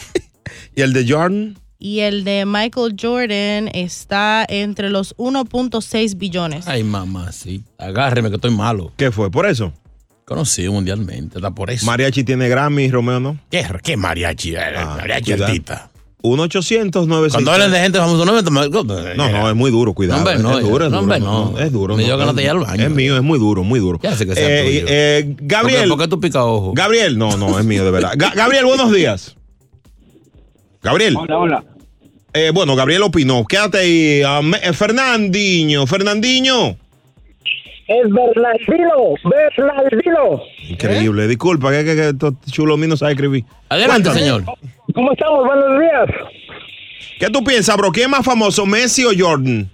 [SPEAKER 1] ¿Y el de Jordan?
[SPEAKER 4] Y el de Michael Jordan está entre los 1.6 billones.
[SPEAKER 2] Ay, mamá, sí. Agárreme que estoy malo.
[SPEAKER 1] ¿Qué fue? ¿Por eso?
[SPEAKER 2] Conocido mundialmente, está por eso.
[SPEAKER 1] Mariachi tiene Grammy, Romeo, ¿no?
[SPEAKER 2] ¿Qué, qué mariachi? Eh, mariachi
[SPEAKER 1] cuidado.
[SPEAKER 2] artista.
[SPEAKER 1] 1 800
[SPEAKER 2] Cuando hablan de gente famosa, no me
[SPEAKER 1] Pues No, no, es muy duro, cuidado.
[SPEAKER 2] Hombre, eh. no,
[SPEAKER 1] es duro, es
[SPEAKER 2] no,
[SPEAKER 1] duro.
[SPEAKER 2] hombre, no.
[SPEAKER 1] Es duro.
[SPEAKER 2] Me
[SPEAKER 1] no,
[SPEAKER 2] dio ganas de
[SPEAKER 1] es-
[SPEAKER 2] ir al baño.
[SPEAKER 1] Es mío, es muy duro, muy duro.
[SPEAKER 2] Ya sé que sea
[SPEAKER 1] Eh,
[SPEAKER 2] tuyo.
[SPEAKER 1] eh, Gabriel.
[SPEAKER 2] ¿Por qué, por qué tú picas ojo?
[SPEAKER 1] Gabriel, no, no, es mío, de verdad. Ga- Gabriel, buenos días. Gabriel. Hola,
[SPEAKER 7] hola.
[SPEAKER 1] bueno, Gabriel opinó. Quédate ahí. Ah, me- eh, Fernandinho, Fernandinho.
[SPEAKER 7] Es Bernardino, Bernardino.
[SPEAKER 1] Increíble, disculpa, que, que, que estos chulos míos no saben escribir.
[SPEAKER 7] Adelante, señor. ¿Cómo estamos? Buenos días.
[SPEAKER 1] ¿Qué tú piensas, bro? ¿Quién es más famoso, Messi o Jordan?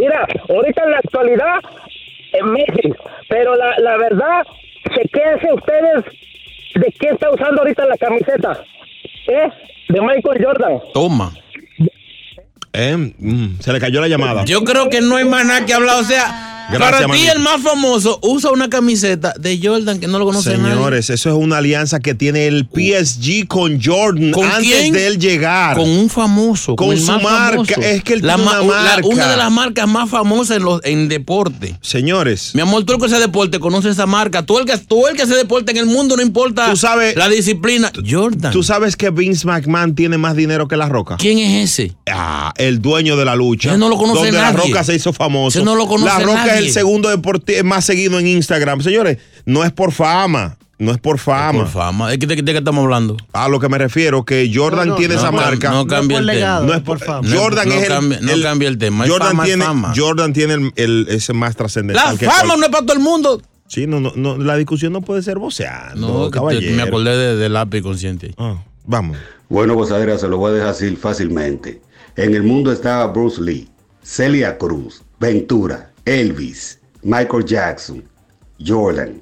[SPEAKER 7] Mira, ahorita en la actualidad es Messi, pero la, la verdad, chequense ustedes de quién está usando ahorita la camiseta. ¿Eh? De Michael Jordan.
[SPEAKER 2] Toma.
[SPEAKER 1] Eh, mm, se le cayó la llamada.
[SPEAKER 2] Yo creo que no hay más nada que hablar. O sea,
[SPEAKER 1] Gracias,
[SPEAKER 2] para ti
[SPEAKER 1] manito.
[SPEAKER 2] el más famoso usa una camiseta de Jordan que no lo conoce nadie.
[SPEAKER 1] Señores, eso es una alianza que tiene el PSG con Jordan
[SPEAKER 2] ¿Con
[SPEAKER 1] antes
[SPEAKER 2] quién?
[SPEAKER 1] de él llegar.
[SPEAKER 2] Con un famoso.
[SPEAKER 1] Con,
[SPEAKER 2] el
[SPEAKER 1] su
[SPEAKER 2] más
[SPEAKER 1] marca.
[SPEAKER 2] famoso.
[SPEAKER 1] Es que él
[SPEAKER 2] La
[SPEAKER 1] tiene
[SPEAKER 2] ma-
[SPEAKER 1] una
[SPEAKER 2] u- la-
[SPEAKER 1] marca.
[SPEAKER 2] una de las marcas más famosas en, los, en deporte.
[SPEAKER 1] Señores.
[SPEAKER 2] Mi amor, tú el que hace deporte conoce esa marca. Tú el que, tú el que hace deporte en el mundo, no importa
[SPEAKER 1] Tú sabes-
[SPEAKER 2] la disciplina. Jordan.
[SPEAKER 1] Tú sabes que Vince McMahon tiene más dinero que La Roca.
[SPEAKER 2] ¿Quién es ese?
[SPEAKER 1] Ah, el dueño de la lucha.
[SPEAKER 2] Ese no lo conoce
[SPEAKER 1] Donde La
[SPEAKER 2] nadie.
[SPEAKER 1] Roca se hizo famoso.
[SPEAKER 2] Ese no lo conoce
[SPEAKER 1] La Roca es
[SPEAKER 2] nadie.
[SPEAKER 1] el segundo deportista más seguido en Instagram. Señores, no es por fama. No es por fama.
[SPEAKER 2] por fama. ¿De, qué- de qué estamos hablando?
[SPEAKER 1] Ah. A lo que me refiero, que Jordan
[SPEAKER 2] No, no,
[SPEAKER 1] tiene
[SPEAKER 2] no
[SPEAKER 1] esa
[SPEAKER 2] cam-
[SPEAKER 1] marca.
[SPEAKER 2] no cambia No es por el tema. legado,
[SPEAKER 1] No es por fama. Jordan
[SPEAKER 2] No, no
[SPEAKER 1] es el.
[SPEAKER 2] cambia- no cambia el tema. Es
[SPEAKER 1] Jordan
[SPEAKER 2] fama, es
[SPEAKER 1] tiene,
[SPEAKER 2] fama.
[SPEAKER 1] Jordan tiene el, el- ese más
[SPEAKER 2] La
[SPEAKER 1] trascendental. que
[SPEAKER 2] fama
[SPEAKER 1] cual-
[SPEAKER 2] no es para todo el mundo.
[SPEAKER 1] Sí, no, no, no, la discusión no puede ser voceando,
[SPEAKER 2] No, que te-
[SPEAKER 1] caballero. Ah.
[SPEAKER 2] me acordé de- del lápiz consciente.
[SPEAKER 1] Vamos.
[SPEAKER 19] Bueno, gozadera, se lo voy a dejar así fácilmente. En el mundo está Bruce Lee, Celia Cruz, Ventura, Elvis, Michael Jackson, Jordan.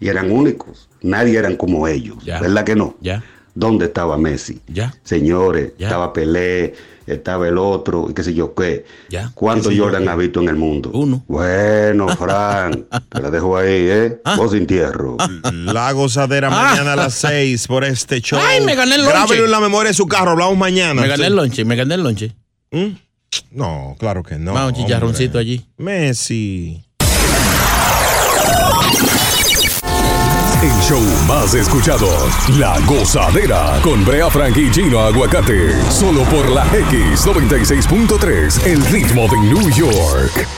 [SPEAKER 19] Y eran únicos. Nadie eran como ellos. ¿Verdad que no?
[SPEAKER 2] Ya.
[SPEAKER 19] ¿Dónde estaba Messi?
[SPEAKER 2] Ya.
[SPEAKER 19] Señores, estaba Pelé, estaba el otro, y qué sé yo qué.
[SPEAKER 2] Ya.
[SPEAKER 19] ¿Cuántos
[SPEAKER 2] Qué sé yo
[SPEAKER 19] Jordan
[SPEAKER 2] qué.
[SPEAKER 19] ha visto en el mundo? Uno. Bueno, Fran, te la dejo ahí, ¿eh?
[SPEAKER 2] Ah.
[SPEAKER 19] Vos sin tierro.
[SPEAKER 1] La gozadera mañana a las 6 por este show.
[SPEAKER 19] Ay, me gané el lonche.
[SPEAKER 1] Grábelo en la memoria de su carro, hablamos mañana.
[SPEAKER 2] Me gané el lonche, me gané el lonche.
[SPEAKER 1] ¿Mm? No, claro que no.
[SPEAKER 2] Vamos, chicharroncito allí.
[SPEAKER 1] Messi.
[SPEAKER 3] El show más escuchado, La Gozadera, con Brea Frank y Chino Aguacate, solo por la X96.3, el ritmo de New York.